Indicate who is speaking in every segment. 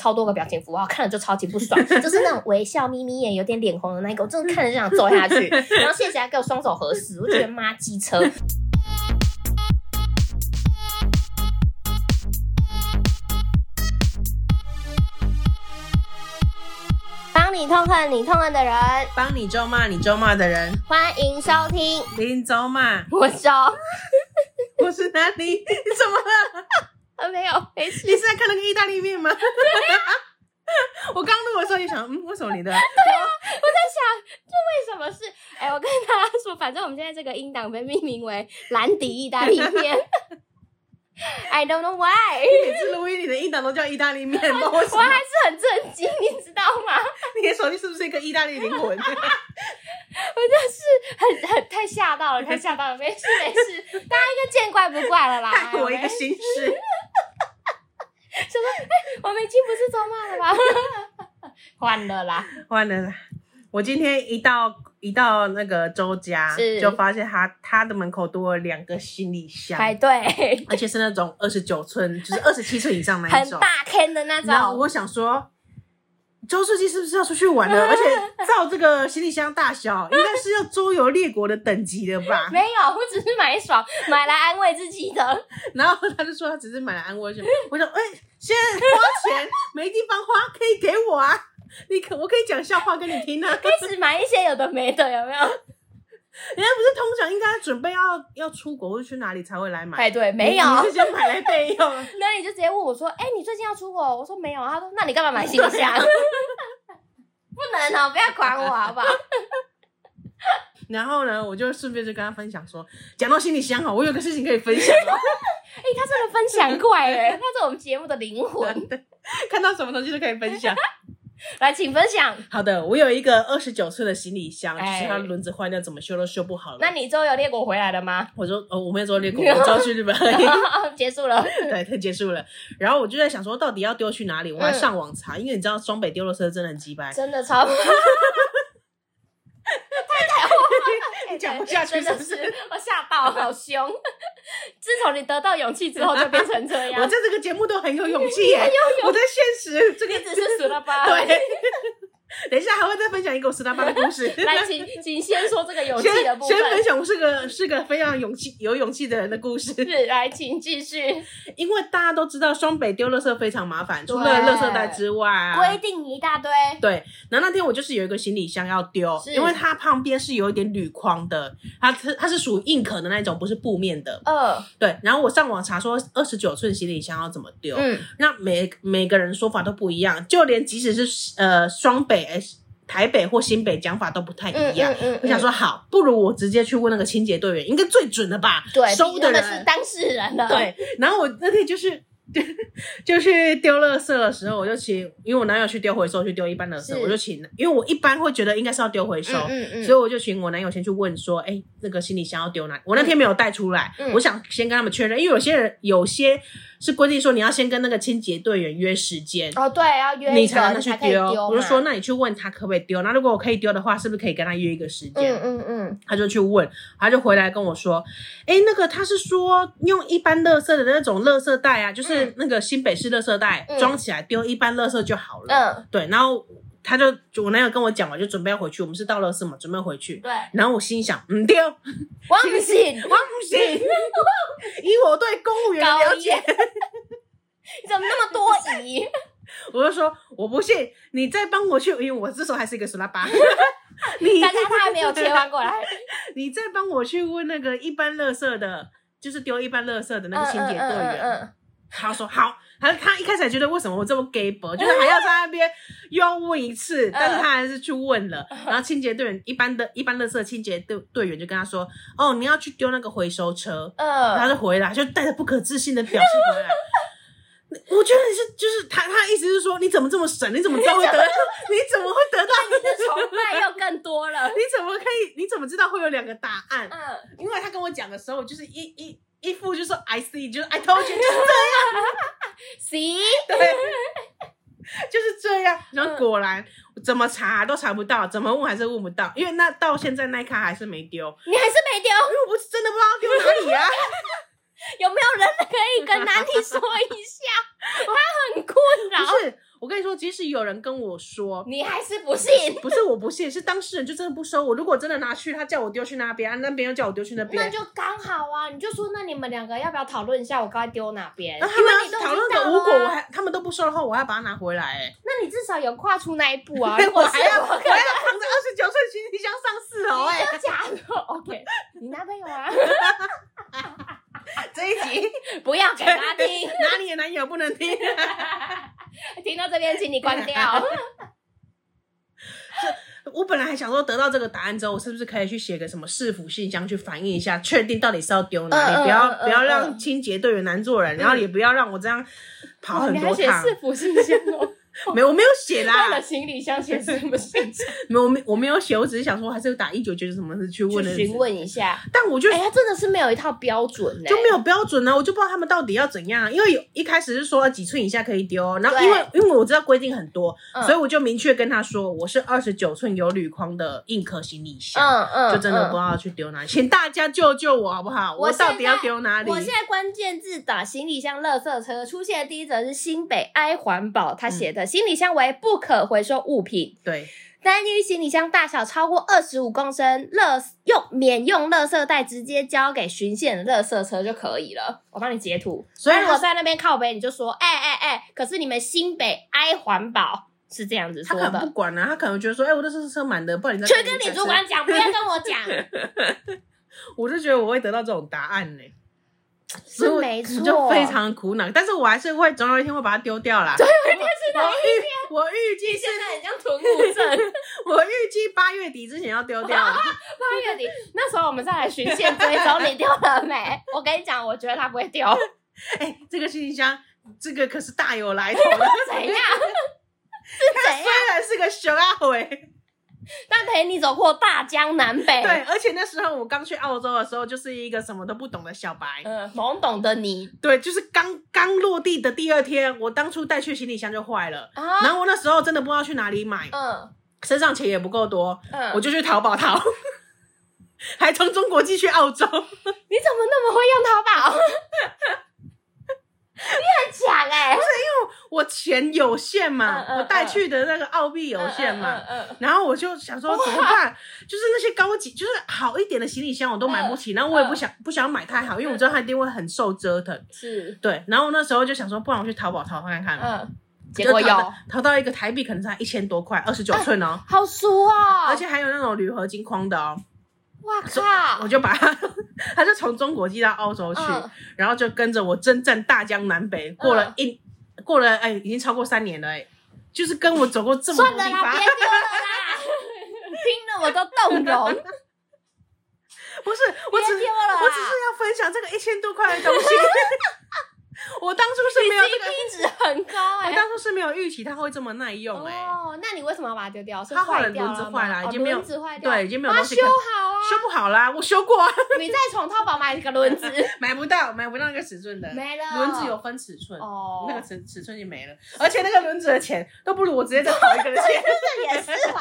Speaker 1: 超多个表情符号，看了就超级不爽，就是那种微笑、眯眯眼、有点脸红的那一个，我真的看着就想揍下去。然后谢谢还给我双手合十，我觉得妈机车。帮你痛恨你痛恨的人，
Speaker 2: 帮你咒骂你咒骂的人，
Speaker 1: 欢迎收听
Speaker 2: 林咒骂，
Speaker 1: 我收。
Speaker 2: 我是哪里？ 你怎么了？
Speaker 1: 啊，没有，没事
Speaker 2: 你。是在看那个意大利面吗？ 我刚录的时候就想，嗯，为什么你的？
Speaker 1: 我
Speaker 2: 对
Speaker 1: 在想，这为什么是？哎、我跟大家说， 反正我们现在这个音档被命名为“兰迪意大利面”。I don't know why，
Speaker 2: 每次录音你的音档都叫意大利 面，不知道为什
Speaker 1: 我
Speaker 2: 么
Speaker 1: 还是很震惊，你知道吗？
Speaker 2: 你的手机是不是一个意大利灵魂？
Speaker 1: 我就是很很太吓到 了，太吓到了，没事没事，大家应该见怪不怪了吧？
Speaker 2: 害 我一
Speaker 1: 没
Speaker 2: 个心事。
Speaker 1: 想说，哎、我们已经不是咒骂了吧？ 换了啦，
Speaker 2: 完了啦，我今天一到一到那个周家
Speaker 1: 是，
Speaker 2: 就发现他他的门口多了两个行李箱，
Speaker 1: 排队，
Speaker 2: 而且是那种二十九寸，就是二十七寸以上那一
Speaker 1: 很
Speaker 2: 种。
Speaker 1: 大坑的那
Speaker 2: 然后
Speaker 1: 种，
Speaker 2: 我想说，周书记是不是要出去玩了？而 且照这个行李箱大小，应该是要周游列国的等级了吧？
Speaker 1: 没有，我只是买爽，买来安慰自己的。
Speaker 2: 然后他就说他只是买了安慰券，我说哎、现在花钱没地方花，可以给我啊，你可我可以讲笑话跟你听 啊。
Speaker 1: 开始买一些有的没的，有没有？
Speaker 2: 人家不是通常应该准备要要出国或者去哪里才会来买？嗯
Speaker 1: 排队哎没有，
Speaker 2: 你是先买来备用。
Speaker 1: 那你就直接问我说：“哎、你最近要出国？”我说：“没有。”啊。”他说：“那你干嘛买行李箱？” 不能哦，不要管我 好不好？哎
Speaker 2: 然后呢，我就顺便就跟他分享说，讲到行李箱哈，我有个事情可以分享哦。
Speaker 1: 哎、他真的分享怪哎、他是我们节目的灵魂。
Speaker 2: 看到什么东西都可以分享。
Speaker 1: 来，请分享。
Speaker 2: 好的，我有一个二十九寸的行李箱，就是
Speaker 1: 哎
Speaker 2: 它轮子坏掉，怎么修都修不好了。
Speaker 1: 那你周游列国回来了 吗？
Speaker 2: 我说，哦，我没有做猎狗，我只要去日本而已。
Speaker 1: 结束了。
Speaker 2: 对，它结束了。然后我就在想说，到底要丢去哪里？我还
Speaker 1: 嗯
Speaker 2: 上网查，因为你知道双北丢垃圾真的很鸡掰。
Speaker 1: 真的 超。太太我哎
Speaker 2: 你讲不下去
Speaker 1: 真的
Speaker 2: 是不
Speaker 1: 是我吓到，好凶！ 自从你得到勇气之后，就变成这样
Speaker 2: 我。在这个节目都很有勇 气耶，我在现实这个
Speaker 1: 你只 是死了吧？
Speaker 2: 对。等一下还会再分享一个我十大八的故事。
Speaker 1: 来，请请先说这个勇
Speaker 2: 先
Speaker 1: 气的部分
Speaker 2: 先。分享我是个是个非常勇气有勇气的人的故事。
Speaker 1: 是，来，请继续。
Speaker 2: 因为大家都知道双北丢垃圾非常麻烦，除了
Speaker 1: 对
Speaker 2: 垃圾袋之外啊，
Speaker 1: 规定一大堆，
Speaker 2: 对，然后那天我就是有一个行李箱要丢，
Speaker 1: 是
Speaker 2: 因为它旁边是有一点铝框的，它它它是属于硬壳的那种，不是布面的。
Speaker 1: 呃，
Speaker 2: 对，然后我上网查说二十九寸行李箱要怎么丢，
Speaker 1: 嗯，
Speaker 2: 那每每个人说法都不一样，就连即使是呃双北、呃台北或新北讲法都不太
Speaker 1: 嗯
Speaker 2: 一样。
Speaker 1: 嗯嗯，
Speaker 2: 我想说好，不如我直接去问那个清洁队员，应该最准了吧？
Speaker 1: 嗯，对，
Speaker 2: 收的
Speaker 1: 毕竟他
Speaker 2: 人
Speaker 1: 们是当事人 的，，
Speaker 2: 对，然后我那天就是。 就去丢垃圾的时候，我就请，因为我男友去丢回收，去丢一般垃
Speaker 1: 是
Speaker 2: 圾，我就请，因为我一般会觉得应该是要丢回收，
Speaker 1: 嗯嗯
Speaker 2: 所以
Speaker 1: 嗯，
Speaker 2: 我就请我男友先去问说，哎、那个行李箱要丢哪？我那天没有带出来，
Speaker 1: 嗯
Speaker 2: 我想先跟他们确认，因为有些人有些是规定说你要先跟那个清洁队员约时间。
Speaker 1: 哦，对，要约一个
Speaker 2: 你才能拿
Speaker 1: 你
Speaker 2: 去啊
Speaker 1: 才可以丢嘛，
Speaker 2: 我就说，那你去问他可不可以丢。那如果我可以丢的话，是不是可以跟他约一个时间？
Speaker 1: 嗯嗯嗯，
Speaker 2: 他就去问，他就回来跟我说，哎、那个他是说用一般垃圾的那种垃圾袋啊，就是那个新北市垃圾袋
Speaker 1: 嗯
Speaker 2: 装、起来丢一般垃圾就好了。
Speaker 1: 嗯，
Speaker 2: 对，然后他就就我男友跟我讲，我就准备要回去，我们是到垃圾嘛，准备回去。
Speaker 1: 对，
Speaker 2: 然后我心想，嗯，丢，我
Speaker 1: 我不信，你
Speaker 2: 不 行，以我对公务员的
Speaker 1: 高
Speaker 2: 了
Speaker 1: 一
Speaker 2: 解，
Speaker 1: 怎么那么多疑？
Speaker 2: 我就说我不信，你再帮我去，因为我这时候还是一个苏拉巴， 你
Speaker 1: 大家他还没有切换过来，
Speaker 2: 你再帮我去问那个一般垃圾的，就是丢一般垃圾 的那个清洁队
Speaker 1: 嗯嗯
Speaker 2: 员。
Speaker 1: 嗯嗯
Speaker 2: 他说好，他他一开始还觉得为什么我这么 gay 博，就是还要在那边又要问一
Speaker 1: 嗯
Speaker 2: 次，但是他还是去问了。然后清洁队员一般的一般垃圾清洁队队员就跟他说，哦，你要去丢那个回收车。
Speaker 1: 嗯，
Speaker 2: 他 就回来，就带着不可置信的表情回来。 我觉得你是就是他他的意思是说，你怎么这么神？你怎么知道会得？ 你怎么会得到？
Speaker 1: 你的崇拜又更多了，
Speaker 2: 你怎么可以？你怎么知道会有两个答案？
Speaker 1: 嗯，
Speaker 2: 因为他跟我讲的时候，我就是一一一副就说 I see，就是 I told you，就是这
Speaker 1: 行，
Speaker 2: 样，对，就是这 样。然后果然、怎么查都查不到，怎么问还是问不到，因为那到现在那一卡还是没丢，
Speaker 1: 你还是没丢，
Speaker 2: 因为我不真的不知道丢哪 里啊。
Speaker 1: 有没有人可以跟南迪说一下？他很困扰，
Speaker 2: 不是，我跟你说，即使有人跟我说，
Speaker 1: 你还是不信，
Speaker 2: 不是我不信，是当事人就真的不收我。如果真的拿去，他叫我丢去那边，啊那边又叫我丢去那
Speaker 1: 那
Speaker 2: 边，
Speaker 1: 就刚好啊！你就说，那你们两个要不要讨论一下，我该丢哪边？
Speaker 2: 那啊他
Speaker 1: 因
Speaker 2: 们
Speaker 1: 为你
Speaker 2: 要
Speaker 1: 都
Speaker 2: 讨
Speaker 1: 已
Speaker 2: 论
Speaker 1: 经
Speaker 2: 个
Speaker 1: 到
Speaker 2: 无果，
Speaker 1: 了
Speaker 2: 我
Speaker 1: 啊
Speaker 2: 还他们都不收的话，我还要把它拿回来、欸。
Speaker 1: 那你至少有跨出那一步啊！如
Speaker 2: 我
Speaker 1: 果是
Speaker 2: 还要，我
Speaker 1: 我
Speaker 2: 还要扛着二十九寸行李箱上四楼、欸，
Speaker 1: 你假的，OK？你男朋友啊？
Speaker 2: 这一集
Speaker 1: 不要给他听，
Speaker 2: 哪里的男友不能听？
Speaker 1: 听到这边请你关掉。
Speaker 2: 我本来还想说，得到这个答案之后，我是不是可以去写个什么市府信箱去反映一下，确定到底是要丢哪
Speaker 1: 嗯
Speaker 2: 里？
Speaker 1: 嗯
Speaker 2: 不要、
Speaker 1: 嗯嗯
Speaker 2: 不要
Speaker 1: 嗯
Speaker 2: 让清洁队员难做人，然后也不要让我这样跑
Speaker 1: 哇
Speaker 2: 很
Speaker 1: 哦你还
Speaker 2: 多
Speaker 1: 写
Speaker 2: 趟。
Speaker 1: 是福信箱 哦，
Speaker 2: 没有，我没有写
Speaker 1: 他
Speaker 2: 啦
Speaker 1: 的，行李箱写什么信箱？
Speaker 2: 没有，我没我没有写，我只是想说，还是打一九九什么事去 问
Speaker 1: 去
Speaker 2: 的。
Speaker 1: 询问一下。
Speaker 2: 但我就、
Speaker 1: 哎、他真的是没有一套标准呢、
Speaker 2: 就没有标准啊呢、我就不知道他们到底要怎样。因为有一开始是说几寸以下可以丢，然后
Speaker 1: 对
Speaker 2: 因为因为我知道规定很多，
Speaker 1: 嗯
Speaker 2: 所以我就明确跟他说，我是二十九寸有铝框的硬壳行李箱。
Speaker 1: 嗯嗯，
Speaker 2: 就真的不知
Speaker 1: 嗯
Speaker 2: 道去丢哪里，请大家救救我好不好？
Speaker 1: 我
Speaker 2: 我到底要丢哪里
Speaker 1: 我？现在关键字打行李箱垃圾车，出现的第一则是新北哀环保，
Speaker 2: 嗯
Speaker 1: 他写的、行李箱为不可回收物品，
Speaker 2: 对，
Speaker 1: 单一行李箱大小超过二十五公升，垃用免用垃圾袋直接交给巡线的垃圾车就可以了。我帮你截图。
Speaker 2: 所以
Speaker 1: 那如
Speaker 2: 他
Speaker 1: 果在那边靠北，你就说，哎哎哎，可是你们新北哀环保是这样子
Speaker 2: 他
Speaker 1: 说
Speaker 2: 可能不
Speaker 1: 的，
Speaker 2: 管了、他可能觉得说，哎、我的车车满的，不然你再
Speaker 1: 去
Speaker 2: 给
Speaker 1: 跟
Speaker 2: 我
Speaker 1: 你
Speaker 2: 一台
Speaker 1: 主管讲，不要跟我 讲，
Speaker 2: 车，我就觉得我会得到这种答案呢、所以
Speaker 1: 是
Speaker 2: 我
Speaker 1: 没错，
Speaker 2: 就非常苦恼。但是我还是会总有一天会把它丢掉啦。总有一天是哪一天？我预计是
Speaker 1: 现在很像囤物症。
Speaker 2: 我预计八月底之前要丢 掉，
Speaker 1: 八月底那时候我们再来巡线追踪你丢了 没？我跟你讲，我觉得他不会丢，
Speaker 2: 哎、这个行李箱，这个可是大有来 头的。
Speaker 1: 怎 样？是怎样？
Speaker 2: 虽然是个熊啊阿伟，
Speaker 1: 但陪你走过大江南北，
Speaker 2: 对，而且那时候我刚去澳洲的时候，就是一个什么都不懂的小白，
Speaker 1: 呃，懵懂的你
Speaker 2: 对，就是刚刚落地的第二天，我当初带去行李箱就坏了，
Speaker 1: 啊，
Speaker 2: 然后我那时候真的不知道去哪里买，
Speaker 1: 嗯
Speaker 2: 身上钱也不够多，
Speaker 1: 嗯，
Speaker 2: 我就去淘宝淘， 还从中国寄去澳
Speaker 1: 你
Speaker 2: 洲，
Speaker 1: 怎么那么会用淘宝？ 你很强哎、
Speaker 2: 我钱有限嘛，
Speaker 1: 嗯嗯
Speaker 2: 我带去的那个澳币有限嘛。
Speaker 1: 嗯，嗯嗯
Speaker 2: 然后我就想说怎么办？就是那些高级，就是好一点的行李箱我都
Speaker 1: 嗯
Speaker 2: 买不起，然后我也不想不想买太好，因为我知道它一定会很受折腾。
Speaker 1: 是，
Speaker 2: 对，然后那时候就想说，不然我去淘宝淘看看。
Speaker 1: 嗯，
Speaker 2: 就
Speaker 1: 结果有
Speaker 2: 淘，到淘到一个台币可能才一千多块，二十九寸哦，
Speaker 1: 好熟哦，
Speaker 2: 而且还有那种铝合金框的哦，
Speaker 1: 哇靠，
Speaker 2: 我就把它， 它就从中国寄到澳洲去，
Speaker 1: 嗯
Speaker 2: 然后就跟着我征战大江南北，过了一、过了哎，已经超过三年了哎，就是跟我走过这么
Speaker 1: 算
Speaker 2: 多
Speaker 1: 了
Speaker 2: 地
Speaker 1: 啦，
Speaker 2: 方
Speaker 1: 别，丢了啦，听了我都动容，
Speaker 2: 不是，我
Speaker 1: 别
Speaker 2: 只是
Speaker 1: 丢了啦，
Speaker 2: 我只是要分享这个一千多块的东西， 我当初是没有这个，
Speaker 1: CP 值很高哎、
Speaker 2: 我当初是没有预期它会这么耐用哎、
Speaker 1: 哦，那你为什么要把它丢掉？是
Speaker 2: 它后来
Speaker 1: 坏掉
Speaker 2: 轮子
Speaker 1: 吗
Speaker 2: 坏了
Speaker 1: 哦
Speaker 2: 已经没有
Speaker 1: 轮子坏掉，
Speaker 2: 对，已经没有
Speaker 1: 把它
Speaker 2: 东西
Speaker 1: 修
Speaker 2: 看，
Speaker 1: 好啊！
Speaker 2: 修不好啦，我修过啊，
Speaker 1: 你再从淘宝买个轮 子，
Speaker 2: 买不到，买不到那个尺寸的，
Speaker 1: 没了。
Speaker 2: 轮子有分尺寸，
Speaker 1: 哦，
Speaker 2: 那个尺尺寸就没了，而且那个轮子的钱都不如我直接再跑一个的钱。
Speaker 1: 这也是 吧？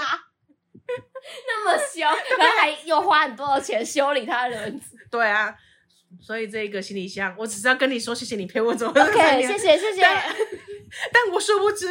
Speaker 1: 那么凶，然后还又花很多的钱修理它的轮 子。
Speaker 2: 对啊，所以这个行李箱，我只是要跟你说，谢谢你陪我走了这三
Speaker 1: OK，
Speaker 2: 年
Speaker 1: 谢谢谢谢。
Speaker 2: 但但我殊不知，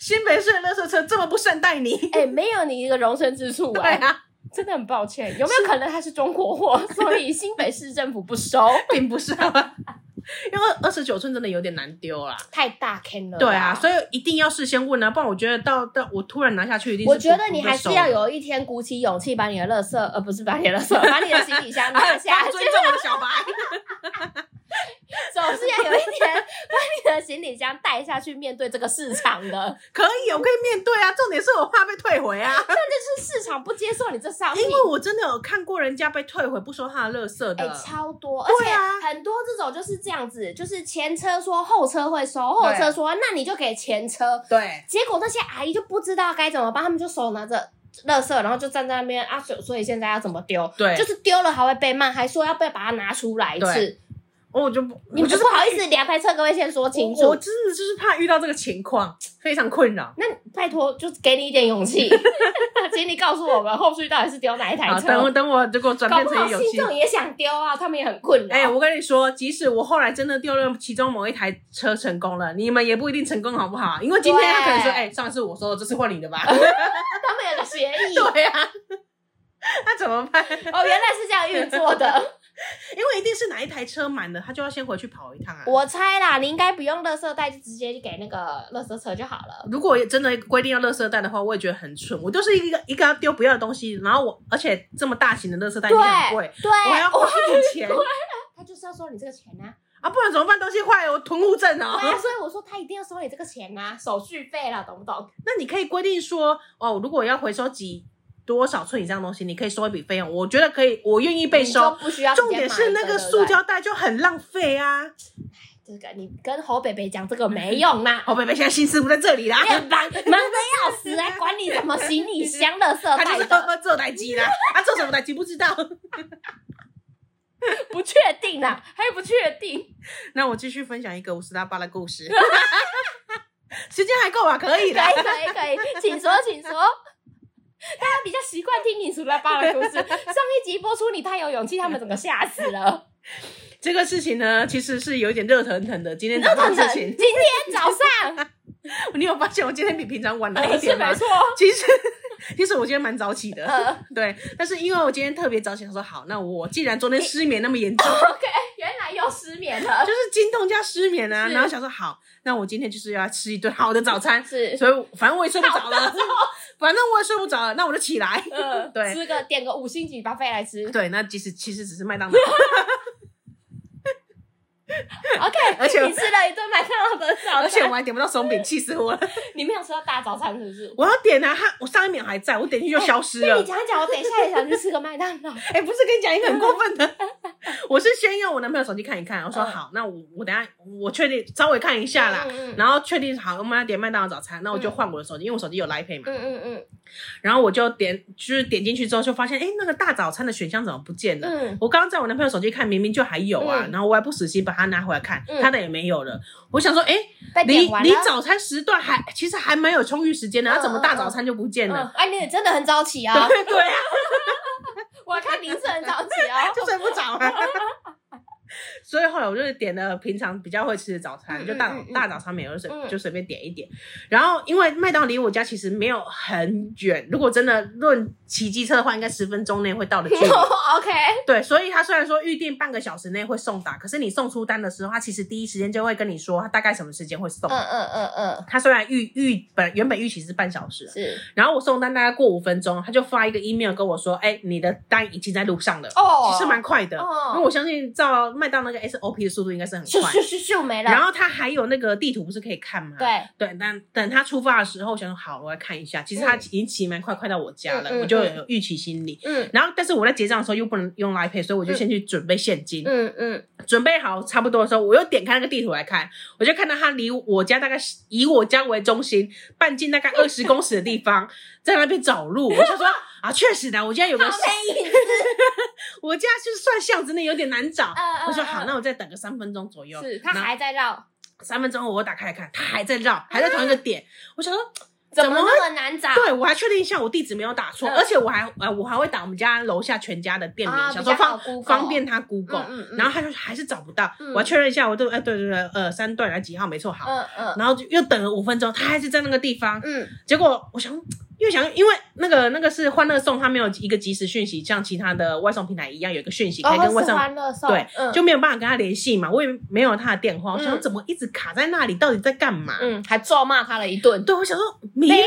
Speaker 2: 新北市的垃圾车这么不善 待你。
Speaker 1: 哎，没有你一个容身之处
Speaker 2: 对
Speaker 1: 哎，
Speaker 2: 啊，
Speaker 1: 真的很抱歉。有没有可能它是中国货，所以新北市政府不 收？
Speaker 2: 并不是、啊， 因为二十九寸真的有点难丢啦。
Speaker 1: 太大坑了啦。
Speaker 2: 对啊，所以一定要事先问啊，不然我觉得到到我突然拿下去，一定是
Speaker 1: 我
Speaker 2: 不
Speaker 1: 觉得你还是要。
Speaker 2: 不会收的
Speaker 1: 有一天鼓起勇气，把你的垃圾，呃，不是把你的垃圾，把你的行李 箱拿下
Speaker 2: 啊
Speaker 1: 去
Speaker 2: 尊。重我的小白，
Speaker 1: 总是要有一天把你的行李箱带下去面对这个市场的，
Speaker 2: 可以，我可以面对啊。重点是我怕被退 回啊，
Speaker 1: 那就是市场不接受你这商品
Speaker 2: 因。为我真的有看过人家被退回不收他的垃圾
Speaker 1: 哎、
Speaker 2: 的。
Speaker 1: 超多，而
Speaker 2: 对
Speaker 1: 且
Speaker 2: 啊
Speaker 1: 很多这种就是这样子，就是前车说后车会收，后车说那你就给前车，
Speaker 2: 对，
Speaker 1: 结果那些阿姨就不知道该怎么办，他们就手拿着垃圾，然后就站在那边啊，所所以现在要怎么丢？
Speaker 2: 对
Speaker 1: 就是丢了还会被骂，还说要被把它拿出来一次
Speaker 2: 对，哦我就不，
Speaker 1: 你
Speaker 2: 我
Speaker 1: 们
Speaker 2: 就是
Speaker 1: 不好意思，两台车各位先说清
Speaker 2: 我我
Speaker 1: 楚。
Speaker 2: 真的就是怕遇到这个情况，非常困扰。
Speaker 1: 那拜托，就给你一点勇 气，请你告诉我们后续到底是丢哪一台
Speaker 2: 好，
Speaker 1: 车。
Speaker 2: 等我等我，结果转
Speaker 1: 搞
Speaker 2: 变
Speaker 1: 不好
Speaker 2: 成有
Speaker 1: 信
Speaker 2: 趣。
Speaker 1: 众也想丢啊，他们也很困扰。
Speaker 2: 哎、我跟你说，即使我后来真的丢了其中某一台车成功了，你们也不一定成功，好不好？因为今天他可能说，
Speaker 1: 对
Speaker 2: 哎、上次我说的，这次换你的吧？
Speaker 1: 他们有个协议，
Speaker 2: 对呀、啊，那怎么办？
Speaker 1: 哦，原来是这样运作的。
Speaker 2: 因为一定是哪一台车满了，他就要先回去跑一趟啊。
Speaker 1: 我猜啦，你应该不用垃圾袋，就直接给那个垃圾车就好了。
Speaker 2: 如果真的规定要垃圾袋的话，我也觉得很蠢。我就是一个一个要丢不要的东西，然后我而且这么大型的垃圾袋
Speaker 1: 对
Speaker 2: 也很贵，
Speaker 1: 对，哦
Speaker 2: 我还要花一点钱
Speaker 1: 他就是要收你这个钱呐、
Speaker 2: 啊，不然怎么办？东西坏了，我囤物证
Speaker 1: 啊。
Speaker 2: 哦。
Speaker 1: 对啊，所以我说他一定要收你这个钱呐、手续费啦，懂不懂？
Speaker 2: 那你可以规定说，哦，如果要回收几多少寸以上的东西，你可以收一笔费用。我觉得可以，我愿意被
Speaker 1: 你
Speaker 2: 收
Speaker 1: 就。不需要直接
Speaker 2: 重点
Speaker 1: 买
Speaker 2: 是
Speaker 1: 一
Speaker 2: 那个
Speaker 1: 对不
Speaker 2: 塑
Speaker 1: 对
Speaker 2: 胶袋就很浪费啊！
Speaker 1: 这个你跟侯北北讲这个没用 啦，哎
Speaker 2: 哦，贝贝现在心思不在这里啦，
Speaker 1: 也忙忙得要死，还管你什么行李箱、垃圾
Speaker 2: 他就
Speaker 1: 袋
Speaker 2: 是喝
Speaker 1: 的，
Speaker 2: 喝做台机啦， 他做什么台机不知道。
Speaker 1: 不确定啦，还不确定。
Speaker 2: 那我继续分享一个五十大巴的故事， 时间还够吧？可
Speaker 1: 可以
Speaker 2: 以的。
Speaker 1: 可以可以，请说请说。大家比较习惯听你出来爸的故事，上一集播出你太有勇气，他们整个吓死了。
Speaker 2: 这个事情呢，其实是有一点热腾腾的。今天早
Speaker 1: 热
Speaker 2: 上
Speaker 1: 腾
Speaker 2: 的
Speaker 1: 腾，
Speaker 2: 事
Speaker 1: 今
Speaker 2: 情，
Speaker 1: 天早上
Speaker 2: 你有发现我今天比平常晚了一
Speaker 1: 是
Speaker 2: 点吗
Speaker 1: 没？错，
Speaker 2: 其实，其实我今天蛮早起的。
Speaker 1: 呃
Speaker 2: 对，但是因为我今天特别早起，想说好，那我既然昨天失眠那么 严重，
Speaker 1: ，OK，原来又失眠了
Speaker 2: 就，是惊痛加失眠啊，
Speaker 1: 是
Speaker 2: 然后想说好，那我今天就是要吃一顿好的早 餐，
Speaker 1: 是，
Speaker 2: 所以反正我也睡不着了，反正我也睡不着了，那我就起来，
Speaker 1: 呃，
Speaker 2: 对
Speaker 1: 吃个点个五星级巴菲来吃
Speaker 2: 对，那其实其实只是麦当劳，而且
Speaker 1: ，OK，你吃了一顿麦当劳的早
Speaker 2: 而且
Speaker 1: 餐
Speaker 2: 我，还点不到松饼，气死我了！
Speaker 1: 你没有吃到大早餐是不是？
Speaker 2: 我要点啊，他我上一秒还在，我点进去就消失
Speaker 1: 那
Speaker 2: 了
Speaker 1: 你。讲一讲，我等一下也想去吃个麦当劳。
Speaker 2: 哎、不是跟你讲一个很过分 的，我是先用我男朋友手机看一看，我说
Speaker 1: 嗯
Speaker 2: 好，那我我等下我确定稍微看一下啦，
Speaker 1: 嗯嗯嗯
Speaker 2: 然后确定好我们要点麦当劳早餐，那我就
Speaker 1: 嗯
Speaker 2: 换我的手机，因为我手机有 Line Pay 嘛，
Speaker 1: 嗯嗯
Speaker 2: 然后我就点就是点进去之后就发现，哎、那个大早餐的选项怎么不见了？
Speaker 1: 嗯
Speaker 2: 我刚刚在我男朋友手机看，明明就还有啊，
Speaker 1: 嗯
Speaker 2: 然后我还不死心把它拿回来看，
Speaker 1: 嗯
Speaker 2: 他的也没有了。我想说，哎、
Speaker 1: 嗯，被
Speaker 2: 离
Speaker 1: 点完了。
Speaker 2: 离早餐时段还其实还蛮有充裕时间的，
Speaker 1: 嗯
Speaker 2: 他怎么大早餐就不见
Speaker 1: 嗯，
Speaker 2: 了？
Speaker 1: 哎，你也真的很早起啊！
Speaker 2: 对对啊，
Speaker 1: 我看你是很早起啊。
Speaker 2: 就睡不着 啊。所以后来我就点了平常比较会吃的早餐，
Speaker 1: 嗯
Speaker 2: 就大
Speaker 1: 嗯嗯
Speaker 2: 大早餐没有，就随
Speaker 1: 嗯
Speaker 2: 就随便点一点。然后因为麦当劳离我家其实没有很远，如果真的论骑机车的话，应该十分钟内 会到的距离。
Speaker 1: 哦 OK，
Speaker 2: 对，所以他虽然说预定半个小时内会送达，可是你送出单的时候，他其实第一时间就会跟你说他大概什么时间会送。
Speaker 1: 嗯嗯嗯嗯，
Speaker 2: 他虽然预预本原本预期是半小时，
Speaker 1: 是
Speaker 2: 然后我送单大概过五分钟，他就发一个 email 跟我说：“哎、你的单已经在路上了。
Speaker 1: 哦，
Speaker 2: 其实蛮快的，
Speaker 1: 哦
Speaker 2: 因为我相信照麦当那个 SOP 的速度应该是很
Speaker 1: 咻
Speaker 2: 快
Speaker 1: 咻。咻咻没了。
Speaker 2: 然后他还有那个地图不是可以看吗？
Speaker 1: 对，
Speaker 2: 对，但等他出发的时候，我想说好，我来看一下。其实他已经骑蛮快，快到我家了，
Speaker 1: 嗯嗯嗯
Speaker 2: 我就有预期心理。
Speaker 1: 嗯
Speaker 2: 然后，但是我在结账的时候又不能用 Line Pay，所以我就先去准备现金。
Speaker 1: 嗯嗯，
Speaker 2: 准备好差不多的时候，我又点开那个地图来看，我就看到他离我家大概是以我家为中心，半径大概二十公尺的地方，在那边找路。我就说啊，确实的，我家有个
Speaker 1: 好没意思。
Speaker 2: 我家就是算巷子内有点难找。
Speaker 1: 嗯
Speaker 2: 我说好，那
Speaker 1: 我
Speaker 2: 我再等个三分钟左右。
Speaker 1: 是他
Speaker 2: 然后
Speaker 1: 还在绕，
Speaker 2: 三分钟后我打开来看，他还在绕，还在同一
Speaker 1: 嗯
Speaker 2: 个点。我想说，
Speaker 1: 怎
Speaker 2: 么
Speaker 1: 么
Speaker 2: 会？
Speaker 1: 那么难找？
Speaker 2: 对，我还确定一下我地址没有打错，
Speaker 1: 啊嗯
Speaker 2: 而且我还呃我还会打我们家楼下全家的店名，
Speaker 1: 啊，
Speaker 2: 想
Speaker 1: 比
Speaker 2: 说
Speaker 1: 较
Speaker 2: 方
Speaker 1: 好 Google，
Speaker 2: 方便他 Google。
Speaker 1: 嗯嗯，
Speaker 2: 然后他就还是找不到，
Speaker 1: 嗯
Speaker 2: 我还确认一下，我都哎对对对，呃三段来几号没错好，
Speaker 1: 嗯嗯
Speaker 2: 然后就又等了五分钟，他还是在那个地方，
Speaker 1: 嗯
Speaker 2: 结果我想又想，因为那个那个是欢乐颂，它没有一个即时讯息，像其他的外送平台一样有一个讯息可以
Speaker 1: 嗯，
Speaker 2: 跟
Speaker 1: 哦，
Speaker 2: 外
Speaker 1: 是
Speaker 2: 送。
Speaker 1: 欢乐颂，
Speaker 2: 对
Speaker 1: 嗯
Speaker 2: 就没有办法跟他联系嘛，我也没有他的电话，我想
Speaker 1: 嗯
Speaker 2: 怎么一直卡在那里，到底在干嘛？
Speaker 1: 嗯，还咒骂他了一顿，
Speaker 2: 对，我想说迷
Speaker 1: 没
Speaker 2: 路吗？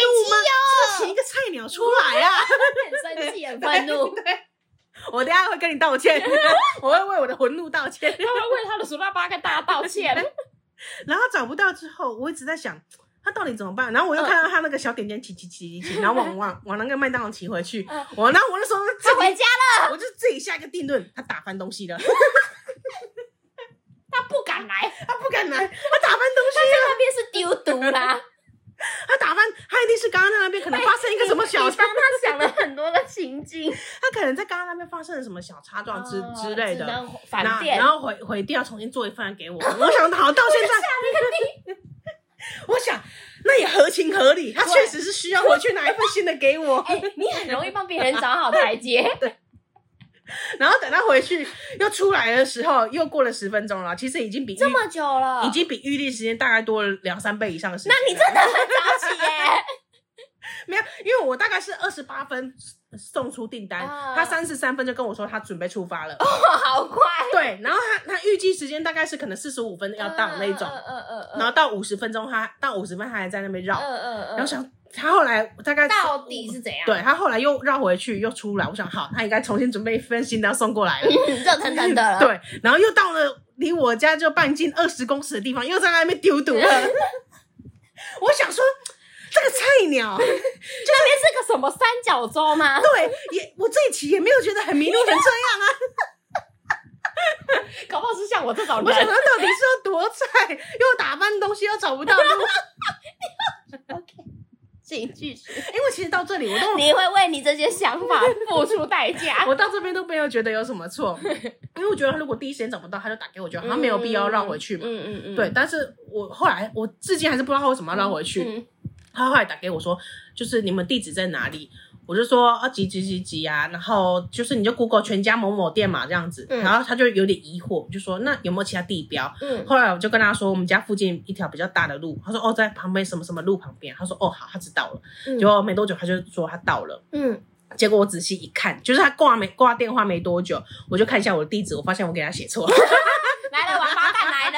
Speaker 2: 这个请一个菜鸟出来啊！
Speaker 1: 很生气，很 愤怒，
Speaker 2: 我等一下会跟你道歉， 我会为我的魂路道 歉。
Speaker 1: 他会为他的鼠爸爸跟大家道歉。
Speaker 2: 然后找不到之后，我一直在想他到底怎么办。然后我又看到他那个小点点骑骑骑骑骑，然后往往 往那个麦当劳骑回去
Speaker 1: 嗯。
Speaker 2: 我然后我那时候自
Speaker 1: 他
Speaker 2: 己
Speaker 1: 回家了，
Speaker 2: 我就自己下一个定论，他打翻东西了，
Speaker 1: 他不敢来，他
Speaker 2: 他不敢来，他打翻东西
Speaker 1: 在
Speaker 2: 了，
Speaker 1: 那边是丢毒 啦。
Speaker 2: 他打翻，他一定是刚刚在那边可能发生一个什么小
Speaker 1: 你
Speaker 2: 事，
Speaker 1: 帮他想了很多的情境，
Speaker 2: 他可能在刚刚那边发生了什么小擦撞之
Speaker 1: 哦
Speaker 2: 之类
Speaker 1: 只
Speaker 2: 的，
Speaker 1: 能
Speaker 2: 然
Speaker 1: 反
Speaker 2: 后
Speaker 1: 电
Speaker 2: 然。后毁毁掉，重新做一份给我。我想好到现在，我想那也合情合理，他
Speaker 1: 对
Speaker 2: 确实是需要回去拿一份新的给我。
Speaker 1: 哎、你很容易帮别人找好台阶。
Speaker 2: 然后等他回去又出来的时候，又过了十分钟了，其实已经比预
Speaker 1: 这么久了，
Speaker 2: 已经比预定时间大概多了两三倍以上的时间
Speaker 1: 那
Speaker 2: 了。
Speaker 1: 你真的很早起耶、
Speaker 2: 没有，因为我大概是二十八分送出订单，
Speaker 1: 啊
Speaker 2: 他三十三分就跟我说他准备出发了。
Speaker 1: 哇，好快，
Speaker 2: 对，然后他他预计时间大概是可能四十五分要到那一种，
Speaker 1: 嗯嗯嗯嗯，
Speaker 2: 然后到五十分钟他到五十分他还在那边绕，
Speaker 1: 嗯嗯嗯，
Speaker 2: 然后想他后来大概
Speaker 1: 到底啊是怎样？
Speaker 2: 对他后来又绕回去又出来，我想好，他应该重新准备一份新的要送过来了。
Speaker 1: 热腾腾 的了。
Speaker 2: 对，然后又到了离我家就半径二十公尺的地方，又在那边丢毒了。 我想说，这个菜鸟，
Speaker 1: 那边是个什么三角洲吗？
Speaker 2: 对，也我这一期也没有觉得很迷路成这样啊。
Speaker 1: 搞 不好是像我这种
Speaker 2: 我想
Speaker 1: 人
Speaker 2: 说，。到底是有多菜，又打翻东西，又找不到路。
Speaker 1: 请继续，
Speaker 2: 因为其实到这里我都。
Speaker 1: 你会为你这些想法付出代价。
Speaker 2: 我到这边都没有觉得有什么错，因为我觉得他如果第一时间找不到，他就打给我就好，他没有必要绕回去嘛。
Speaker 1: 嗯嗯嗯，
Speaker 2: 对，但是我后来我至今还是不知道他为什么要绕回去。
Speaker 1: 嗯
Speaker 2: 他后来打给我说，就是你们地址在哪里？我就说啊，几几几几啊，然后就是你就 Google 全家某某店嘛这样子，
Speaker 1: 嗯
Speaker 2: 然后他就有点疑惑，就说那有没有其他地标？
Speaker 1: 嗯，
Speaker 2: 后来我就跟他说，我们家附近一条比较大的路，他说哦，在旁边什么什么路旁边，他说哦好，他知道了。
Speaker 1: 嗯
Speaker 2: 结果没多久他就说他到了，
Speaker 1: 嗯，
Speaker 2: 结果我仔细一看，就是他挂没挂电话没多久，我就看一下我的地址，我发现我给他写错了。
Speaker 1: 来了，王八蛋来了，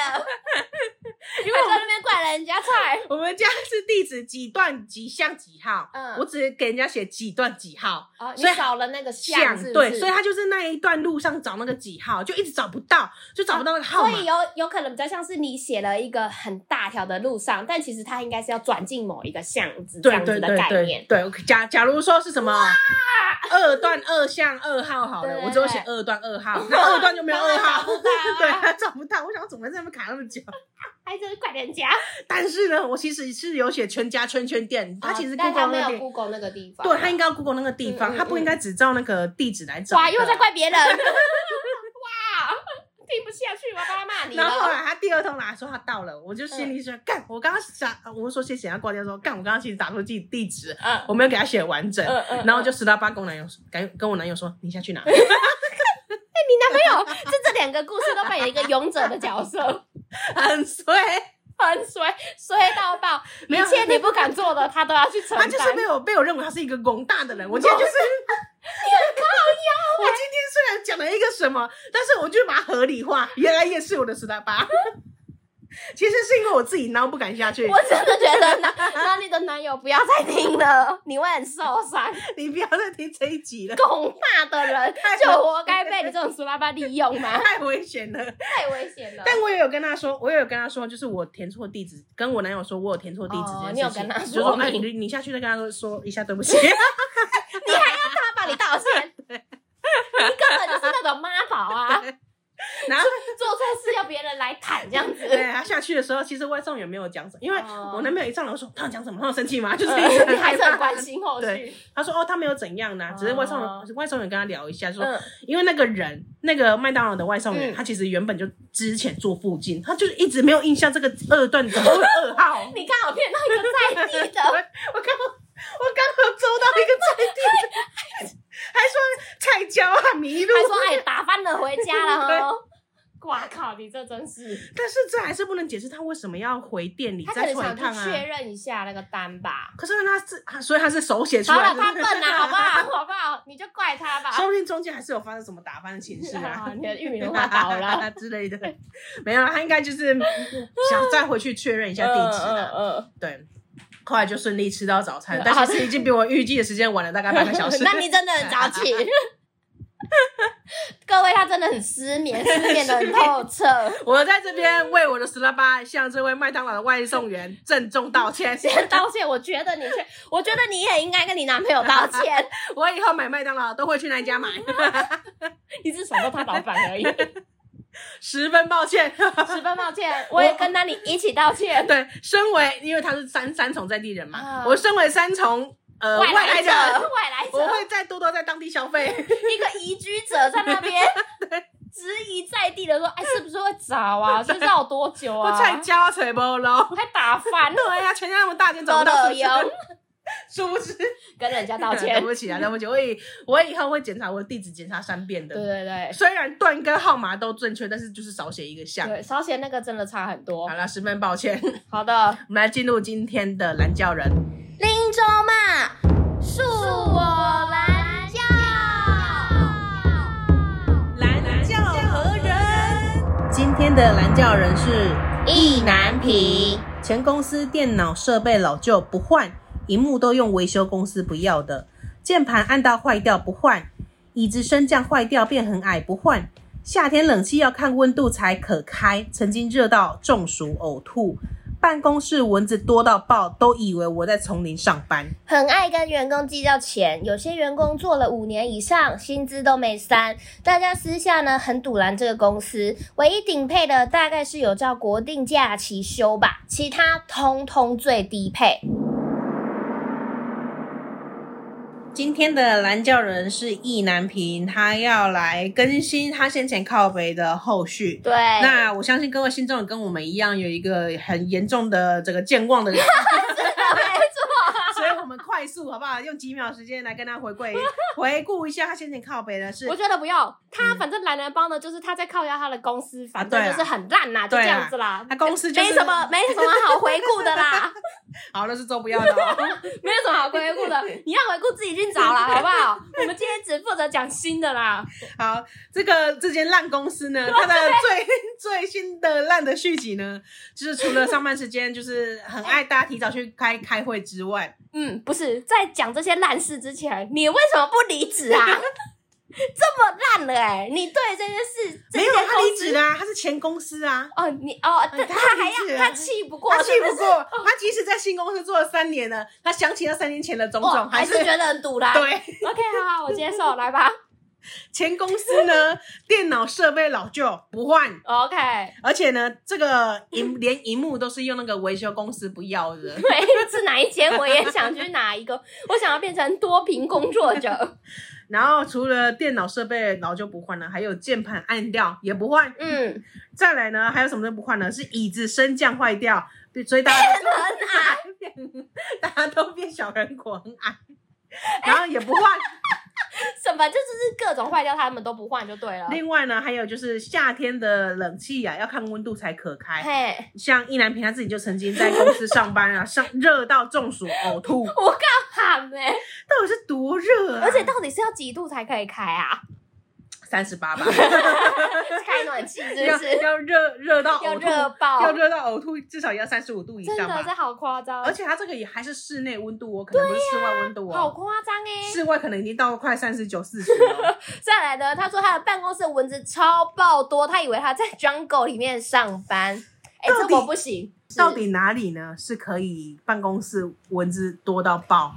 Speaker 1: 因为在那边怪人家菜。
Speaker 2: 我们家是地址几段几巷几号，
Speaker 1: 嗯
Speaker 2: 我只给人家写几段几号。
Speaker 1: 哦，你
Speaker 2: 所以
Speaker 1: 少了那个
Speaker 2: 巷
Speaker 1: 是不是
Speaker 2: 对，所以他就是那一段路上找那个几号，就一直找不到，就找不到那个号
Speaker 1: 所
Speaker 2: 码。
Speaker 1: 以有有可能比较像是你写了一个很大条的路上，但其实它应该是要转进某一个巷子这
Speaker 2: 对
Speaker 1: 样
Speaker 2: 对
Speaker 1: 子
Speaker 2: 对
Speaker 1: 的概
Speaker 2: 对
Speaker 1: 念。
Speaker 2: 对，假假如说是什么二段二巷二号好
Speaker 1: 对
Speaker 2: 了，
Speaker 1: 对
Speaker 2: 我只有写二段二号，那二段就没有二号
Speaker 1: 当然找不到，啊
Speaker 2: 对，他找不到。我想怎么在那边卡那么久？
Speaker 1: 还真是怪人家，
Speaker 2: 但是呢，我其实是有写全家圈圈店，他其实
Speaker 1: 哦但他
Speaker 2: Google
Speaker 1: 没
Speaker 2: 那
Speaker 1: 有
Speaker 2: 边，
Speaker 1: Google 那个地方，啊
Speaker 2: 对他应该要 Google 那个地
Speaker 1: 嗯嗯
Speaker 2: 方，他不应该只照那个地址来找的。
Speaker 1: 哇，又在怪别人， 哇，听不下去，我要帮他骂你
Speaker 2: 然后后
Speaker 1: 了。
Speaker 2: 来他第二通来说他到了，我就心里想，干，我刚刚想，我说谢谢，啊他挂掉说，干，我刚刚其实打错地地址，
Speaker 1: 嗯
Speaker 2: 我没有给他写完整，
Speaker 1: 嗯嗯
Speaker 2: 然后我就十到八跟我男友说，跟跟我男友说，你下去拿，
Speaker 1: 你男朋友这这两个故事都扮演一个勇者的角色，
Speaker 2: 很衰，
Speaker 1: 很衰衰到爆，
Speaker 2: 没有
Speaker 1: 一切你不敢做的，他都要去承
Speaker 2: 他
Speaker 1: 担。
Speaker 2: 就是被我被我认为他是一个广大的
Speaker 1: 嗯
Speaker 2: 人，我今天就是。 我今天虽然讲了一个什么，但是我就把它合理化，原来也是我的十大八。 其实是因为我自己孬不敢下去，
Speaker 1: 我真的觉得那那你的男友不要再听了，你会很受伤。
Speaker 2: 你不要再听这一 集了，
Speaker 1: 广大的人
Speaker 2: 太
Speaker 1: 就活该 被你这种苏拉巴利用吗？
Speaker 2: 太危险 了。
Speaker 1: 太危险了。
Speaker 2: 但我也有跟他说，我也有跟他说，就是我填错地址，跟我男友说我有填错地址
Speaker 1: 哦
Speaker 2: 这件事情。
Speaker 1: 你有跟他
Speaker 2: 就
Speaker 1: 说
Speaker 2: 说，
Speaker 1: 明
Speaker 2: 哎，你你下去再跟他说一下，对不起。
Speaker 1: 你还要他帮你道歉？你根本就是那种妈宝 啊，
Speaker 2: 然后
Speaker 1: 做错事要别人来砍这样子。
Speaker 2: 对他下去的时候，其实外送也没有讲什么，因为
Speaker 1: 哦
Speaker 2: 我男朋友一上来我说他有讲什么，他有生气吗？就是一直
Speaker 1: 呃你
Speaker 2: 很害
Speaker 1: 还是很
Speaker 2: 怕。
Speaker 1: 关心后续
Speaker 2: 对。他说哦，他没有怎样啦，只是外送
Speaker 1: 哦
Speaker 2: 人外送人跟他聊一下，说
Speaker 1: 嗯，
Speaker 2: 因为那个人，那个麦当劳的外送员，
Speaker 1: 嗯
Speaker 2: 他其实原本就之前住附近，他就是一直没有印象这个二段怎么会有二 号。
Speaker 1: 你刚好骗到一个在地
Speaker 2: 我
Speaker 1: 的，
Speaker 2: 我刚好我刚好抽到一个菜地的，还说菜椒啊迷路，
Speaker 1: 还说哎打翻了回家了哦。哇靠！你这真是，
Speaker 2: 但是这还是不能解释他为什么要回店里
Speaker 1: 他可
Speaker 2: 再
Speaker 1: 能
Speaker 2: 做一
Speaker 1: 想
Speaker 2: 趟
Speaker 1: 去确
Speaker 2: 啊。
Speaker 1: 认一下那个单吧。
Speaker 2: 可是他是，啊所以他是手写出
Speaker 1: 好
Speaker 2: 来
Speaker 1: 了，
Speaker 2: 的，
Speaker 1: 他笨啊，好不好？好不好？你就怪他吧。
Speaker 2: 说不定中间还是有发生什么打翻的情事
Speaker 1: 啊
Speaker 2: 啊，
Speaker 1: 你的玉米都快倒了
Speaker 2: 之类的。没有，他应该就是 想再回去确认一下地址啊。
Speaker 1: 嗯
Speaker 2: 对，后来就顺利吃到早餐
Speaker 1: 嗯，
Speaker 2: 但是已经比我预计的时间晚了大概半个小 时。
Speaker 1: 那你真的很早起。 各位，他真的很失眠，失眠的很透彻。
Speaker 2: 我在这边为我的十拉巴向这位麦当劳的外送员郑重 道歉。
Speaker 1: 先道歉，我觉得你是，我觉得你也应该跟你男朋友道 歉。
Speaker 2: 我以后买麦当劳都会去那一 家买，
Speaker 1: 你只想到他老板而已，
Speaker 2: 十分抱歉。
Speaker 1: 十分抱歉，我也跟他你一起道歉。
Speaker 2: 对，身为因为他是三三重在地人嘛，
Speaker 1: 啊
Speaker 2: 我身为三重呃外
Speaker 1: 外
Speaker 2: 来
Speaker 1: 来
Speaker 2: 的，
Speaker 1: 者，外来
Speaker 2: 我
Speaker 1: 者，
Speaker 2: 会再多多在当地消费。
Speaker 1: 一个移居者在那边。质疑在地的说，哎，是不是会找啊？是不是要多久
Speaker 2: 我
Speaker 1: 啊？
Speaker 2: 菜
Speaker 1: 还
Speaker 2: 椒吹波喽。
Speaker 1: 打翻了，
Speaker 2: 对呀、啊全家那么大间
Speaker 1: 走
Speaker 2: 找不到
Speaker 1: 的
Speaker 2: 是不
Speaker 1: 油
Speaker 2: 是， 殊不知
Speaker 1: 跟人家道
Speaker 2: 对
Speaker 1: 歉。
Speaker 2: 不起啊，对不起，我以我以后会检查我的地址，检查三遍
Speaker 1: 对
Speaker 2: 的。
Speaker 1: 对对
Speaker 2: 虽然段跟号码都正确，但是就是少写一个项。
Speaker 1: 对，烧钱那个真的差很多
Speaker 2: 好。了，十分抱歉。
Speaker 1: 好的，
Speaker 2: 我们来进入今天的蓝教人。
Speaker 1: 林州嘛，恕我蓝教。
Speaker 2: 蓝教何人？今天的蓝教人是
Speaker 1: 意难平，
Speaker 2: 前公司电脑设备老旧不换，荧幕都用维修公司不要的，键盘按到坏掉不换，椅子升降坏掉变很矮不换，夏天冷气要看温度才可开，曾经热到中暑呕吐。办公室蚊子多到爆，都以为我在丛林上班。
Speaker 1: 很爱跟员工计较钱，有些员工做了五年以上，薪资都没三。大家私下呢很堵拦这个公司，唯一顶配的大概是有照国定假期休吧，其他通通最低配。
Speaker 2: 今天的蓝教人是意难平，他要来更新他先前靠北的后续。
Speaker 1: 对，
Speaker 2: 那我相信各位心中也跟我们一样，有一个很严重的这个健忘的人， 所以我们快速好不好？用几秒时间来跟他回馈 回顾一下他先前靠北的事
Speaker 1: 我。觉得不要他，反正懒人帮的就是他在靠压他的公司，反正
Speaker 2: 嗯啊对
Speaker 1: 就
Speaker 2: 啦
Speaker 1: 是很烂啦，就
Speaker 2: 对
Speaker 1: 这
Speaker 2: 啦
Speaker 1: 样子啦。
Speaker 2: 他公司就是
Speaker 1: 没什么没什么好回顾的 啦，
Speaker 2: 好，那是做不要的、 哦。
Speaker 1: 没有什么好回顾的， 你要回顾自己去找 啦，好不好？我们今天只负责讲新的啦。
Speaker 2: 好，这个这间烂公 司呢，它的最 最新的烂的续集呢，就是除了上班时间就是很爱大家提早去开开会之外，
Speaker 1: 嗯，不是，在讲这些烂事之前，你为什么不离职 啊？这么烂了哎、你对这件事这
Speaker 2: 没有
Speaker 1: 间
Speaker 2: 他
Speaker 1: 公
Speaker 2: 离
Speaker 1: 司
Speaker 2: 职啦、啊，他是前公司啊。
Speaker 1: 哦，你哦，
Speaker 2: 嗯
Speaker 1: 他
Speaker 2: 他
Speaker 1: 他还
Speaker 2: 离职
Speaker 1: 要
Speaker 2: 了
Speaker 1: 他气不过，
Speaker 2: 他气
Speaker 1: 是哦
Speaker 2: 不过，他即使在新公司做了三年了，他想起那三年前的种
Speaker 1: 是
Speaker 2: 种，
Speaker 1: 哇还
Speaker 2: 是
Speaker 1: 是觉得很堵啦。
Speaker 2: 对。
Speaker 1: OK，好好，我接受，来吧。
Speaker 2: 前公司呢，电脑设备老旧不换，
Speaker 1: OK，
Speaker 2: 而且呢，这个 荧连荧幕都是用那个维修公司不要的。
Speaker 1: 对，是哪一间我也想去哪一个， 我想要变成多屏工作 者。
Speaker 2: 然后除了电脑设备老旧不换呢，还有键盘按掉也不换。
Speaker 1: 嗯，
Speaker 2: 再来呢，还有什么都不换呢？是椅子升降坏掉，所以大家都 大家都变小人国很矮， 然后也不换。
Speaker 1: 什么就就是各种坏掉，他们都不换就对了。
Speaker 2: 另外呢，还有就是夏天的冷气呀、啊，要看温度才可开。
Speaker 1: 嘿，
Speaker 2: 像易南平他自己就曾经在公司上班 啊，上热到中暑呕吐，
Speaker 1: 我靠，喊哎、
Speaker 2: 到底是多热啊！
Speaker 1: 而且到底是要几度才可以开 啊？
Speaker 2: 三 十八吧，
Speaker 1: 开暖气是
Speaker 2: 要
Speaker 1: 不是？
Speaker 2: 要热热到
Speaker 1: 要
Speaker 2: 呕吐，
Speaker 1: 热爆，
Speaker 2: 要热到呕吐，至少也要三十五度以
Speaker 1: 真
Speaker 2: 上
Speaker 1: 的是
Speaker 2: 吧。
Speaker 1: 好夸张，
Speaker 2: 而且它这个也还是室内温度哦，可能不是室外温度
Speaker 1: 好
Speaker 2: 哦。
Speaker 1: 夸张哎！
Speaker 2: 室外可能已经到快三十九、四十 了。
Speaker 1: 再来呢，他说他的办公室蚊子超爆多，他以为他在 Jungle 里面上班。哎、
Speaker 2: 到底
Speaker 1: 这我不行，
Speaker 2: 到底哪里呢？是可以办公室蚊子多到爆？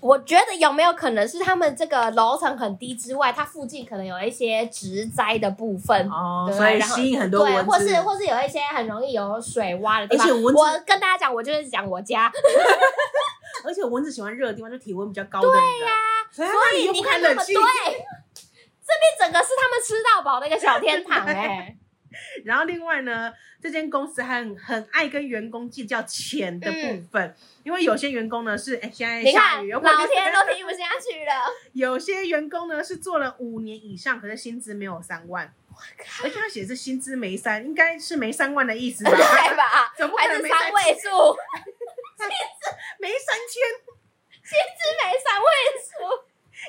Speaker 1: 我觉得有没有可能是他们这个楼层很低之外，它附近可能有一些植栽的部 分，
Speaker 2: 哦，
Speaker 1: 对
Speaker 2: 所以
Speaker 1: 然后
Speaker 2: 吸引很多
Speaker 1: 对，
Speaker 2: 蚊
Speaker 1: 或是
Speaker 2: 子。
Speaker 1: 或是有一些很容易有水洼的地方。
Speaker 2: 而且蚊子
Speaker 1: 我跟大家讲，我就是讲我家，
Speaker 2: 而且蚊子喜欢热的地方，就体温比较高的。对呀，所以它那
Speaker 1: 所
Speaker 2: 里
Speaker 1: 以
Speaker 2: 又不
Speaker 1: 你
Speaker 2: 开
Speaker 1: 看那
Speaker 2: 冷
Speaker 1: 么
Speaker 2: 气
Speaker 1: 对，这。边整个是他们吃到饱的一个小天 堂哎、
Speaker 2: 然后另外呢，这间公司还很很爱跟员工计较钱的
Speaker 1: 嗯
Speaker 2: 部分，因为有些员工呢是哎现在
Speaker 1: 你
Speaker 2: 下
Speaker 1: 看，
Speaker 2: 雨，
Speaker 1: 老
Speaker 2: 又不能
Speaker 1: 天都听不下去了。
Speaker 2: 有些员工呢是做了五年以上，可是薪资没有三万。而且他写是薪资没三，应该是没三万的意思吧？
Speaker 1: 对吧？
Speaker 2: 怎么可
Speaker 1: 还
Speaker 2: 能
Speaker 1: 是
Speaker 2: 没
Speaker 1: 三
Speaker 2: 三
Speaker 1: 位数，
Speaker 2: 没三千，
Speaker 1: 薪资没三位数，我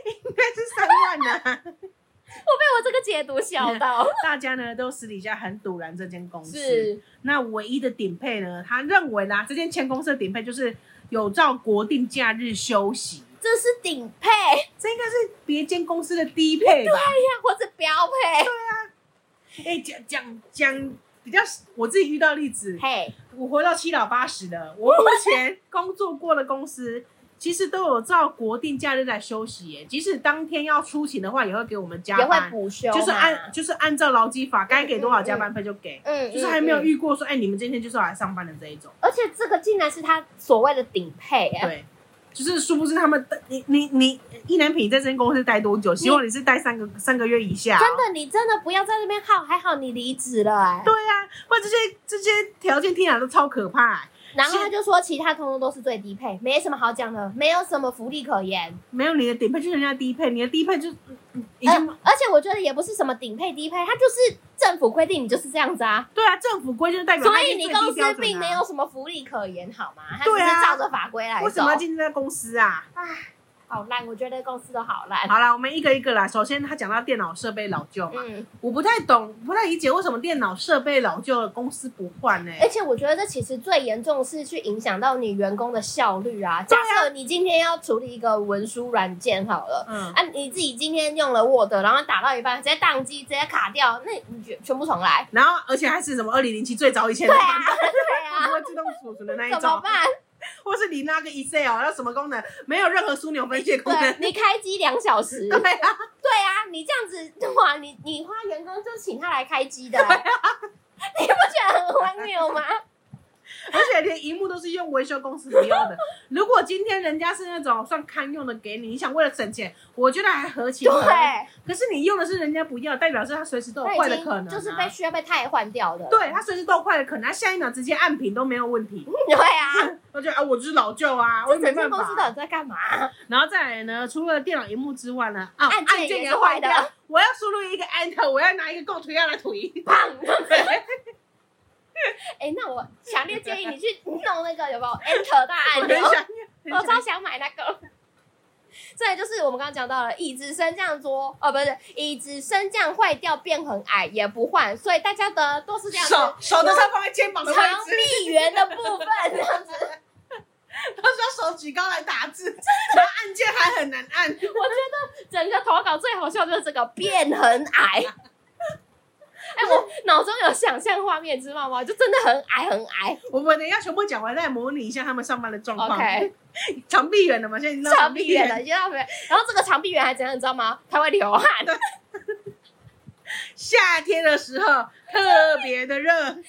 Speaker 2: 应该是三万呢、
Speaker 1: 被我这个解读笑到。
Speaker 2: 大家呢都私底下很堵拦这间公司。，那唯一的顶配呢，他认为啦，这间前公司的顶配就是有照国定假日休息，
Speaker 1: 这是顶配，
Speaker 2: 这应该是别间公司的低配吧？
Speaker 1: 或是标配。
Speaker 2: 啊哎、讲讲讲比较，我自己遇到例子，
Speaker 1: 嘿，
Speaker 2: 我活到七老八十了，我目前工作过的公司。其实都有照国定假日来休息耶，即使当天要出勤的话，也会给我们加
Speaker 1: 也会
Speaker 2: 班，
Speaker 1: 补休嘛，
Speaker 2: 就是按就是按照劳基法该给多少加班费就给，
Speaker 1: 嗯，嗯
Speaker 2: 就是还没有。
Speaker 1: 嗯
Speaker 2: 遇过说，哎、你们今天就是要来上班的这一种。
Speaker 3: 呃
Speaker 1: 而且这个竟然是他所谓的顶配，哎
Speaker 2: 对，就是殊不知他们，你你你一男品在这间公司待多久？希望你是待三个三个月以下、哦。
Speaker 3: 真的，你真的不要在那边耗，还好你离职了、哎。
Speaker 2: 对啊，不然这些这些条件听起来都超可怕、哎
Speaker 3: 然后他就说，其他通通都是最低配，没什么好讲的，没有什么福利可言。
Speaker 2: 没有你的顶配就是人家低配，你的低配就嗯嗯已
Speaker 3: 呃
Speaker 2: 经、，
Speaker 3: 而且我觉得也不是什么顶配低配，它就是政府规定你就是这样子啊。
Speaker 2: 对啊，政府规定就代表
Speaker 3: 所
Speaker 2: 它已
Speaker 3: 以
Speaker 2: 经
Speaker 3: 你
Speaker 2: 最
Speaker 3: 公
Speaker 2: 低标
Speaker 3: 司
Speaker 2: 准
Speaker 3: 并
Speaker 2: 啊
Speaker 3: 没有什么福利可言，好吗？它只
Speaker 2: 对啊
Speaker 3: 是照着法规来走。
Speaker 2: 为什么要进这家公司啊？
Speaker 3: 好烂？我觉得公司都好烂。
Speaker 2: 好啦，我们一个一个来。首先，他讲到电脑设备老旧嘛，
Speaker 3: 嗯，
Speaker 2: 我不太懂，不太理解为什么电脑设备老旧的公司不换呢、
Speaker 3: 而且我觉得这其实最严重的是去影响到你员工的效率啊。假设你今天要处理一个文书软件好了。
Speaker 2: 嗯，
Speaker 3: 啊，你自己今天用了 Word，然后打到一半直接宕机，直接卡掉，那你全全部重 来。
Speaker 2: 然后而且还是什么二零零七最早以前的
Speaker 3: 对
Speaker 2: 版
Speaker 3: 啊，
Speaker 2: 本，
Speaker 3: 对啊
Speaker 2: 不，会自动储存的那一
Speaker 3: 怎么
Speaker 2: 种，
Speaker 3: 办？
Speaker 2: 或是你那个 Excel 要什么功能，没有任何枢纽分析功能
Speaker 3: 对，。啊你开机两小时，对
Speaker 2: 对啊，
Speaker 3: 啊，你这样子哇，你你花员工就请他来开机的，
Speaker 2: 啊
Speaker 3: 你不觉得很荒谬 吗？
Speaker 2: 而且连荧幕都是用维修公司不要 的。如果今天人家是那种算堪用的给你，你想为了省钱，我觉得还合情
Speaker 3: 对，
Speaker 2: 合理。可是你用的是人家不要，代表是他随时都有
Speaker 3: 他
Speaker 2: 坏
Speaker 3: 已
Speaker 2: 的可能、
Speaker 3: 经
Speaker 2: 啊，
Speaker 3: 就是被需要被汰换掉的，
Speaker 2: 对他随时都快了，可能他下一秒直接按屏都没有问题。
Speaker 3: 对啊，
Speaker 2: 我觉得啊，我就是老旧啊， 我
Speaker 3: 这
Speaker 2: 也没办
Speaker 3: 整间公司到
Speaker 2: 法。
Speaker 3: 底在干嘛？
Speaker 2: 然后再来呢，除了电脑荧幕之外呢，啊，
Speaker 3: 按
Speaker 2: 按
Speaker 3: 键
Speaker 2: 键
Speaker 3: 也
Speaker 2: 也
Speaker 3: 是坏
Speaker 2: 坏
Speaker 3: 的
Speaker 2: 掉。我要输入一个 enter，我要拿一个 go 图样来图一。
Speaker 3: 哎、那我强烈建议你去弄那个有没有 Enter 大
Speaker 2: 我
Speaker 3: 按
Speaker 2: 很
Speaker 3: 钮，
Speaker 2: 想，
Speaker 3: 我超想买那个。 再来就是我们刚刚讲到了椅子升降桌，哦，不是椅子升降坏掉变很矮也不换，所以大家的都是这样子，
Speaker 2: 手手都是要放在肩膀的位
Speaker 3: 长
Speaker 2: 置，
Speaker 3: 臂猿的部分 这样子，
Speaker 2: 他说手举高来打字，然后按键还很难按。
Speaker 3: 整个投稿最好笑就是这个变很矮。哎、我脑中有想象画面，知道吗？就真的很矮很矮，
Speaker 2: 我们等一下全部讲完再模拟一下他们上班的状况。
Speaker 3: OK
Speaker 2: 长臂猿的嘛，现在你知道
Speaker 3: 长臂猿
Speaker 2: 了
Speaker 3: 的，你知道没？然后这个长臂猿还怎样，你知道吗？它会流汗，
Speaker 2: 夏天的时候特别的热，
Speaker 3: 臂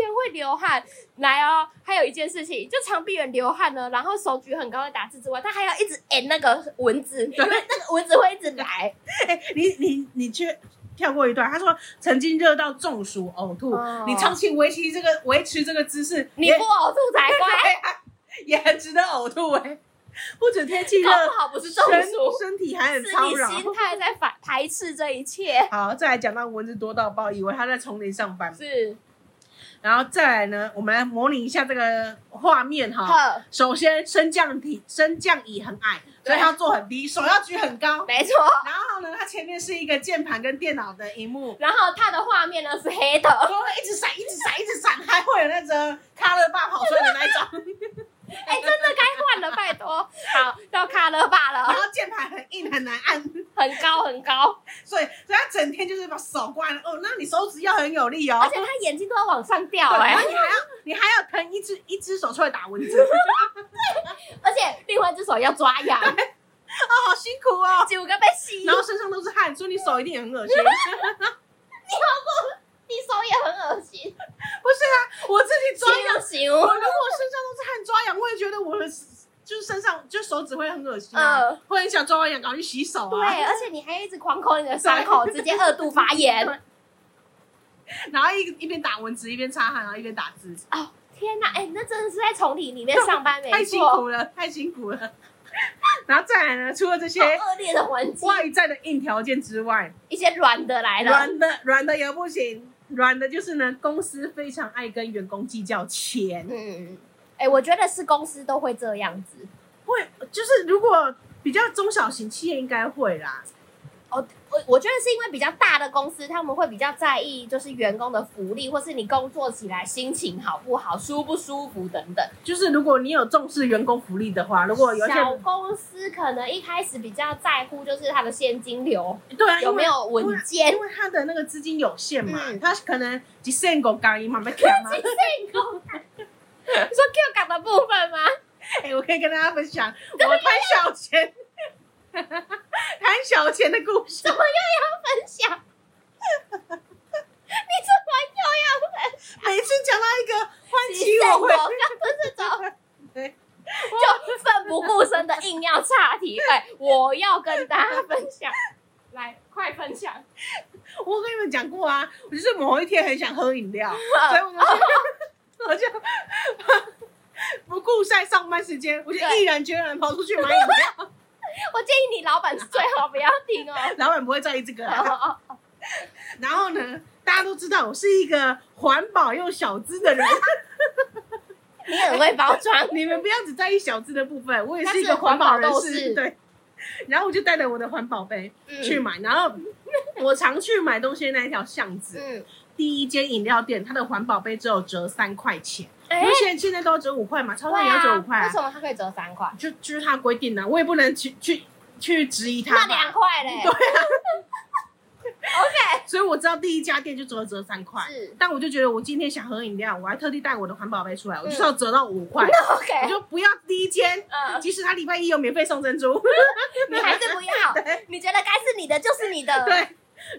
Speaker 3: 猿会流汗。来哦，还有一件事情，就长臂猿流汗呢，然后手举很高的打字之外，它还要一直按那个蚊子，因为那个蚊子会一直 来。
Speaker 2: 哎、你你你去跳过一段，他说曾经热到中暑呕吐，
Speaker 3: 哦
Speaker 2: 你长期维持这个维持这个姿势，
Speaker 3: 你
Speaker 2: 也
Speaker 3: 不呕吐才怪，
Speaker 2: 也 很值得呕吐哎、不止天气热，
Speaker 3: 搞不好不是中
Speaker 2: 身
Speaker 3: 暑，
Speaker 2: 身体还很
Speaker 3: 是
Speaker 2: 操
Speaker 3: 你
Speaker 2: 劳。
Speaker 3: 心态在反排斥这一切。
Speaker 2: 好，再来讲到蚊子多到爆，以为他在丛林上班，
Speaker 3: 是，
Speaker 2: 然后再来呢，我们来模拟一下这个画面哈。
Speaker 3: 呵，
Speaker 2: 首先，升降体升降椅很矮，所以他要坐很低，手要举很高。
Speaker 3: 没错。
Speaker 2: 然后呢，它前面是一个键盘跟电脑的荧幕，
Speaker 3: 然后它的画面呢是黑的，
Speaker 2: 都会一直闪，一直闪，一直闪，还会有那个卡乐爸跑出来的那一种，
Speaker 3: 哎，真的该换了，拜托。好，到卡乐爸
Speaker 2: 然
Speaker 3: 了，
Speaker 2: 后键盘很硬很难按，
Speaker 3: 很高很高，
Speaker 2: 所以所以他整天就是把手挂着哦，那你手指要很有力哦
Speaker 3: 而，且他眼睛都要往上掉
Speaker 2: 对，
Speaker 3: 哎
Speaker 2: 然。后你还要你还要腾一只一只手出来打蚊子，
Speaker 3: 而且另外一只手要抓痒，
Speaker 2: 哦，好辛苦哦，
Speaker 3: 九个被吸，
Speaker 2: 然后身上都是汗，所以你手一定也很 恶心。
Speaker 3: 你手也很恶心，
Speaker 2: 不是啊，我自己抓痒，
Speaker 3: 行，
Speaker 2: 我如果身上都是汗抓痒，我也觉得我的就是身上就手指会很恶心啊，
Speaker 3: 嗯
Speaker 2: 会很想抓完痒赶快去洗手
Speaker 3: 对，
Speaker 2: 啊。
Speaker 3: 而且你还一直狂抠你的伤口，直接二度发炎。
Speaker 2: 然后一一边打蚊子一边擦汗，然后一边打字，
Speaker 3: 哦， 天哪，哎，那真的是在丛林里面上班，
Speaker 2: 太
Speaker 3: 没
Speaker 2: 辛
Speaker 3: 错，
Speaker 2: 苦了，太辛苦了。然后再来呢，除了这些
Speaker 3: 好恶劣的环境，
Speaker 2: 外在的硬条件之外，
Speaker 3: 一些软的来了，
Speaker 2: 软的软的也不行，软的就是呢，公司非常爱跟员工计较钱，
Speaker 3: 嗯。哎、我觉得是公司都会这样子，
Speaker 2: 会就是如果比较中小型企业应该会啦，
Speaker 3: 我我觉得是因为比较大的公司，他们会比较在意就是员工的福利，或是你工作起来心情好不好、舒不舒服等等。
Speaker 2: 就是如果你有重视员工福利的话，如
Speaker 3: 哦
Speaker 2: 果有一些
Speaker 3: 小公司可能一开始比较在乎就是它的现金流
Speaker 2: 对啊，
Speaker 3: 有
Speaker 2: 因
Speaker 3: 没
Speaker 2: 为
Speaker 3: 有稳健
Speaker 2: 因。为他的那个资金有限嘛，
Speaker 3: 嗯
Speaker 2: 他可能几千个港银嘛被砍 嘛，
Speaker 3: 你说 Q 港的部分吗？
Speaker 2: 哎、我可以跟大家分享我贪小钱、贪小钱的故事。
Speaker 3: 怎么又要分享？ 你怎么又要分享？
Speaker 2: 每次讲到一个唤起
Speaker 3: 你
Speaker 2: 我
Speaker 3: 我
Speaker 2: 回，
Speaker 3: 刚不是走
Speaker 2: 对
Speaker 3: 就奋不顾身硬要岔题，哎，我要跟大家分享，来，快分享，
Speaker 2: 我跟你们讲过啊，我就是某一天很想喝饮料，
Speaker 3: 呃
Speaker 2: 所以我就我就 不顾在上班时间，我就
Speaker 3: 对
Speaker 2: 毅然决然跑出去买饮料。
Speaker 3: 我建议你老板最好不要听哦。
Speaker 2: 老板不会在意这个啦。
Speaker 3: 哦 哦哦
Speaker 2: 然后呢，大家都知道我是一个环保又小资的人，
Speaker 3: 你很会包装，
Speaker 2: 你们不要只在意小资的部分，我也
Speaker 3: 他
Speaker 2: 是一
Speaker 3: 是
Speaker 2: 个环保
Speaker 3: 环保
Speaker 2: 人
Speaker 3: 斗
Speaker 2: 士。
Speaker 3: 士
Speaker 2: 对。然后我就带着我的环保杯
Speaker 3: 嗯
Speaker 2: 去买，然后我常去买东西的那一条巷子，
Speaker 3: 嗯，
Speaker 2: 第一间饮料店，它的环保杯只有折三块钱，
Speaker 3: 哎
Speaker 2: 因为，现在现在都要折五块嘛，超市也要折五块、
Speaker 3: 为
Speaker 2: 啊，
Speaker 3: 什么它可以折三块？
Speaker 2: 就就是它规定的、我也不能去去去质疑它
Speaker 3: 那
Speaker 2: 吧。
Speaker 3: 两块嘞
Speaker 2: 对哎所以我知道第一家店就只有折三块，
Speaker 3: 是
Speaker 2: 但我就觉得我今天想喝饮料，我还特地带我的环保杯出来，我
Speaker 3: 嗯
Speaker 2: 就是要折到五块，我
Speaker 3: ，OK，
Speaker 2: 就不要第一间，
Speaker 3: 嗯，
Speaker 2: 即使他礼拜一有免费送珍珠，
Speaker 3: 你还是不要，
Speaker 2: 对
Speaker 3: 你觉得该是你的就是你的，
Speaker 2: 对，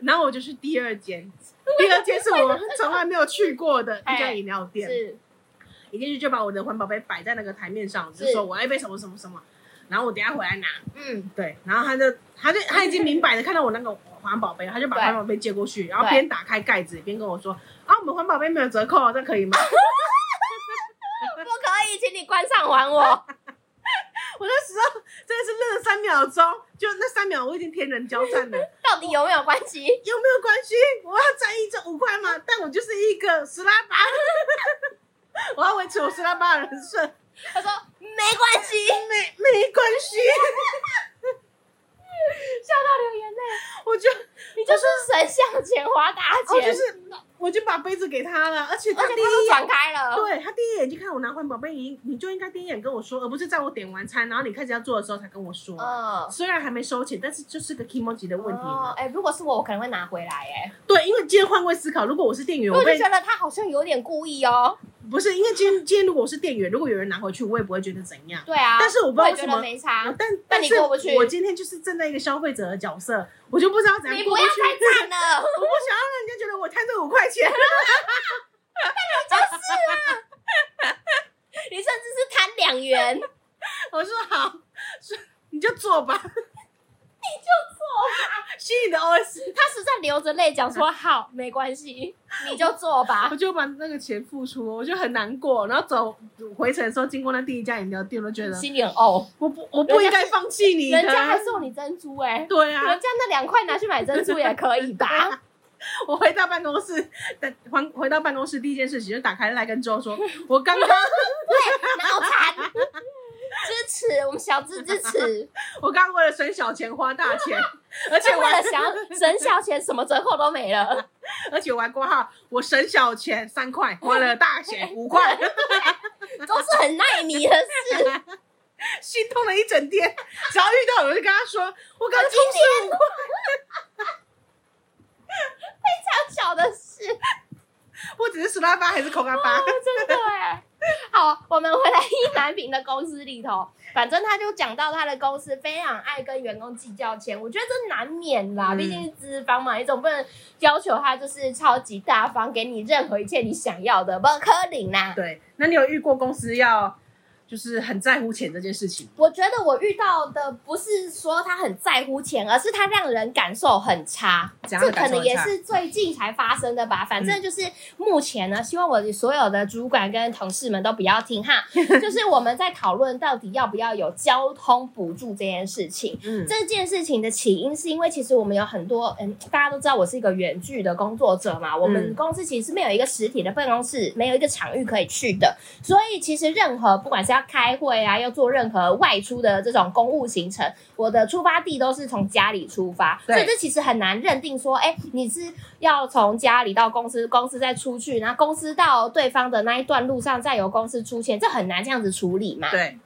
Speaker 2: 然后我就去第二间，第二间是我从来没有去过的一家饮料店，
Speaker 3: 哎是，
Speaker 2: 一进去就把我的环保杯摆在那个台面上，我就是说我要一杯什么什么什么，然后我等一下回来拿。
Speaker 3: 嗯，
Speaker 2: 对，然后他就他就他已经明摆的看到我那个环保杯，他就把
Speaker 3: 对
Speaker 2: 环保杯接过去，然后
Speaker 3: 对
Speaker 2: 边打开盖子边跟我说：“啊，我们环保杯没有折扣，这样可以吗
Speaker 3: 不可以，请你关上哦还我，？”
Speaker 2: 我那时候真的是愣了三秒钟，就那三秒我已经天人交战了，
Speaker 3: 到底有没有关系？
Speaker 2: 有没有关系？我要在意这五块吗？但我就是一个十拉巴， 我要维持我十拉巴的人设，
Speaker 3: 他说没关系，
Speaker 2: 没没关系，
Speaker 3: 笑到流眼泪。
Speaker 2: 我就
Speaker 3: 你就是神向前滑大
Speaker 2: 我
Speaker 3: 钱，
Speaker 2: 就是我就把杯子给他了，而且
Speaker 3: 而
Speaker 2: 他
Speaker 3: 且
Speaker 2: 第
Speaker 3: 哦他都
Speaker 2: 一眼
Speaker 3: 转开了，
Speaker 2: 对他第一眼就看我拿环保杯，你你就应该第一眼跟我说，而不是在我点完餐，然后你开始要做的时候才跟我说。
Speaker 3: 嗯，
Speaker 2: 虽然还没收钱，但是就是个 emoji 的问题嘛。
Speaker 3: 哦哎，如果是我，我可能会拿回来，哎，
Speaker 2: 对，因为今天换位思考，如果我是店员，
Speaker 3: 因为
Speaker 2: 我
Speaker 3: 我就
Speaker 2: 被
Speaker 3: 觉得他好像有点故意哦。
Speaker 2: 不是因为今天今天如果我是店员，如果有人拿回去，我也不会觉得怎样。
Speaker 3: 对啊，
Speaker 2: 但是我不知道
Speaker 3: 我也
Speaker 2: 为
Speaker 3: 觉
Speaker 2: 什
Speaker 3: 得
Speaker 2: 么，
Speaker 3: 没差
Speaker 2: 我，但
Speaker 3: 那
Speaker 2: 但
Speaker 3: 你
Speaker 2: 是
Speaker 3: 过不去
Speaker 2: 我今天就是站在一个消费者的角色，我就不知道怎样
Speaker 3: 你
Speaker 2: 过
Speaker 3: 不
Speaker 2: 去。
Speaker 3: 要再站了，
Speaker 2: 我不想要让人家觉得我贪这五块钱。
Speaker 3: 啊你甚至是贪两元，
Speaker 2: 我说好，说你就做吧，你就做吧，心里的 OS。啊
Speaker 3: 他实在流着泪讲说好，没关系，你就做吧
Speaker 2: 我。就把那个钱付出，我就很难过。然后走回程的时候，经过那第一家饮料店，我就觉得
Speaker 3: 心里很怄，
Speaker 2: 我不我不应该放弃 你的。
Speaker 3: 人家还送你珍珠哎，
Speaker 2: 对啊
Speaker 3: 人，家那两块拿去买珍珠也可以 吧？
Speaker 2: 我回到办公室，但回回到办公室第一件事情就打开赖跟周说，我刚 刚
Speaker 3: 脑残， 支持我们小智支持。
Speaker 2: 我刚刚为了省小钱花大钱，而且
Speaker 3: 就
Speaker 2: 我
Speaker 3: 为
Speaker 2: 还
Speaker 3: 了想要省小钱，什么折扣都没了。
Speaker 2: 而且我还挂号，我省小钱三块，花了大钱五块，
Speaker 3: 都是很耐你的事。
Speaker 2: 心痛了一整天。只要遇到我就跟他说，我刚
Speaker 3: 我
Speaker 2: 刚
Speaker 3: 今天非常小的事，
Speaker 2: 我只是十拉八还是口干
Speaker 3: 啊
Speaker 2: 巴，
Speaker 3: 真的哎。好，我们回来一南平的公司里头，反正他就讲到他的公司非常爱跟员工计较钱，我觉得这难免啦，
Speaker 2: 嗯
Speaker 3: 毕竟是资方嘛，你总不能要求他就是超级大方，给你任何一切你想要的，不可能啦。
Speaker 2: 对，那你有遇过公司要就是很在乎钱这件事情吗？
Speaker 3: 我觉得我遇到的不是说他很在乎钱，而是他让人感受很差。
Speaker 2: 怎样
Speaker 3: 这
Speaker 2: 的感
Speaker 3: 可
Speaker 2: 受
Speaker 3: 能
Speaker 2: 很
Speaker 3: 也
Speaker 2: 差嗯
Speaker 3: 是最近才发生的吧。反正就是目前呢，希望我所有的主管跟同事们都不要 听哈。就是我们在讨论到底要不要有交通补助这件事情。
Speaker 2: 嗯
Speaker 3: 这件事情的起因是因为其实我们有很多嗯，大家都知道我是一个远距的工作者嘛，我们
Speaker 2: 嗯
Speaker 3: 公司其实是没有一个实体的办公室，没有一个场域可以去的，所以其实任何不管是要开会啊，要做任何外出的这种公务行程，我的出发地都是从家里出发，
Speaker 2: 对
Speaker 3: 所以这其实很难认定说，哎、你是要从家里到公司，公司再出去，然后公司到对方的那一段路上再由公司出钱，这很难这样子处理嘛。
Speaker 2: 对，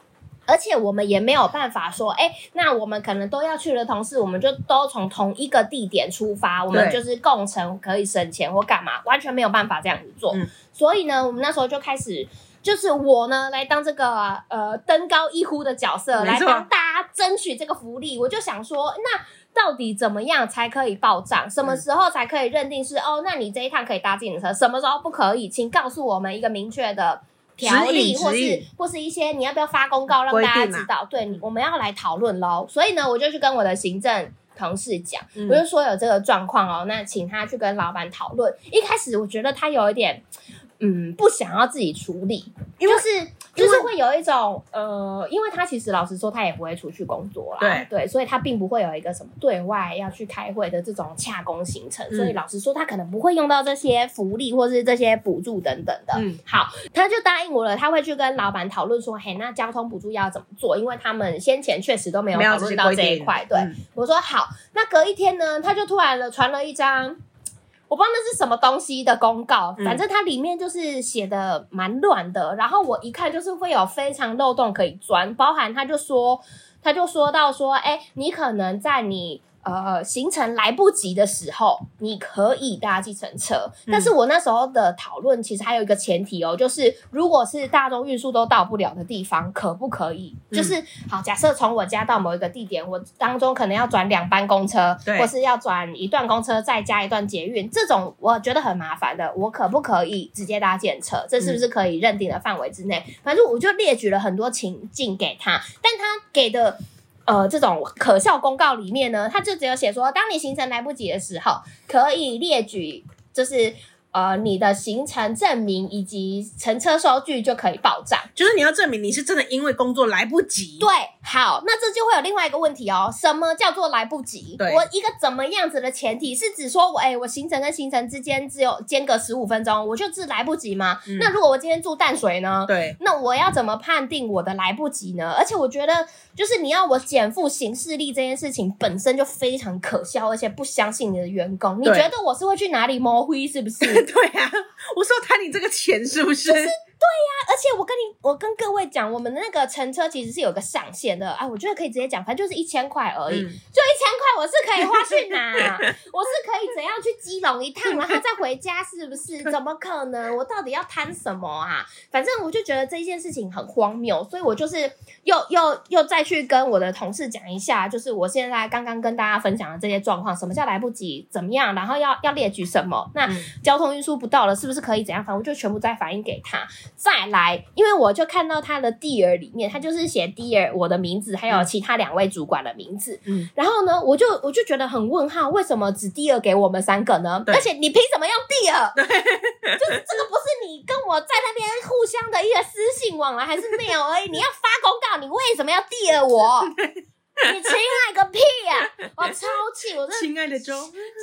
Speaker 3: 而且我们也没有办法说，哎、那我们可能都要去的同事，我们就都从同一个地点出发，我们
Speaker 2: 对
Speaker 3: 就是共乘可以省钱或干嘛，完全没有办法这样子做。
Speaker 2: 嗯
Speaker 3: 所以呢，我们那时候就开始，就是我呢来当这个呃登高一呼的角色，
Speaker 2: 没
Speaker 3: 来
Speaker 2: 错
Speaker 3: 帮大家争取这个福利。我就想说，那。到底怎么样才可以报账？什么时
Speaker 2: 嗯
Speaker 3: 候才可以认定是、哦？那你这一趟可以搭计程车，什么时候不可以？请告诉我们一个明确的
Speaker 1: 条例，
Speaker 2: 指引
Speaker 1: 或
Speaker 2: 指
Speaker 1: 是
Speaker 2: 引
Speaker 1: 或是一些你要不要发公告让
Speaker 2: 规
Speaker 1: 大家
Speaker 2: 定啊
Speaker 1: 知道，对你我们要来讨论喽。所以呢，我就去跟我的行政。同事讲，
Speaker 2: 嗯
Speaker 1: 我就说有这个状况哦，那请他去跟老板讨论。一开始我觉得他有一点，嗯，不想要自己处理，
Speaker 2: 因为
Speaker 1: 就是就是会有一种呃，因为他其实老实说，他也不会出去工作啦，
Speaker 2: 对
Speaker 1: 所以他并不会有一个什么对外要去开会的这种洽公行程，
Speaker 2: 嗯
Speaker 1: 所以老实说，他可能不会用到这些福利或是这些补助等等的。
Speaker 2: 嗯，
Speaker 1: 好，他就答应我了，他会去跟老板讨论说，嘿，那交通补助要怎么做？因为他们先前确实都没有
Speaker 2: 没有
Speaker 1: 讨
Speaker 2: 这
Speaker 1: 论
Speaker 2: 些
Speaker 1: 到
Speaker 2: 规
Speaker 1: 这一
Speaker 2: 定，
Speaker 1: 块，对。
Speaker 2: 嗯
Speaker 1: 我说好，那隔一天呢，他就突然了传了一张，我不知道那是什么东西的公告，
Speaker 2: 嗯
Speaker 1: 反正它里面就是写的蛮乱的，然后我一看就是会有非常漏洞可以钻，包含他就说，他就说到说，哎、你可能在你。呃，行程来不及的时候，你可以搭计程车。
Speaker 2: 嗯
Speaker 1: 但是我那时候的讨论其实还有一个前提哦，就是如果是大众运输都到不了的地方，可不可以？
Speaker 2: 嗯
Speaker 1: 就是好，假设从我家到某一个地点，我当中可能要转两班公车，
Speaker 2: 对
Speaker 1: 或是要转一段公车再加一段捷运，这种我觉得很麻烦的，我可不可以直接搭检车？这是不是可以认定的范围之内？反正我就列举了很多情境给他，但他给的。呃，这种可笑公告里面呢，他就只有写说，当你行程来不及的时候，可以列举就是呃你的行程证明以及乘车收据就可以报账。
Speaker 2: 就是你要证明你是真的因为工作来不及，
Speaker 1: 对，好，那这就会有另外一个问题哦，什么叫做来不及？
Speaker 2: 对
Speaker 1: 我一个怎么样子的前提是指说我，哎、我行程跟行程之间只有间隔十五分钟，我就只来不及吗？
Speaker 2: 嗯
Speaker 1: 那如果我今天住淡水呢？
Speaker 2: 对
Speaker 1: 那我要怎么判定我的来不及呢？而且我觉得，就是你要我减负行事力这件事情本身就非常可笑，而且不相信你的员工。你
Speaker 2: 对
Speaker 1: 觉得我是会去哪里摸灰是不是？
Speaker 2: 对 啊，我说谈你这个钱是不是？
Speaker 1: 而且我跟你，我跟各位讲，我们的那个乘车其实是有个上限的啊，我觉得可以直接讲，反正就是一千块而已，
Speaker 2: 嗯
Speaker 1: 就一千块，我是可以花去哪？我是可以怎样去基隆一趟，然后再回家，是不是？怎么可能？我到底要贪什么啊？反正我就觉得这件事情很荒谬，所以我就是又又又再去跟我的同事讲一下，就是我现在刚刚跟大家分享的这些状况，什么叫来不及，怎么样，然后要要列举什么，那
Speaker 2: 嗯
Speaker 1: 交通运输不到了，是不是可以怎样？反正我就全部再反映给他。再来，因为我就看到他的 dear 里面，他就是写 dear 我的名字，还有其他两位主管的名字。
Speaker 2: 嗯
Speaker 1: 然后呢，我就我就觉得很问号，为什么只 dear 给我们三个呢？
Speaker 2: 对
Speaker 1: 而且你凭什么要 dear？就是这个不是你跟我在那边互相的一个私信往来还是 mail 而已，你要发公告，你为什么要 dear 我？你亲爱个屁呀、
Speaker 3: 哦
Speaker 1: 我超气，我真的
Speaker 2: 亲爱的周，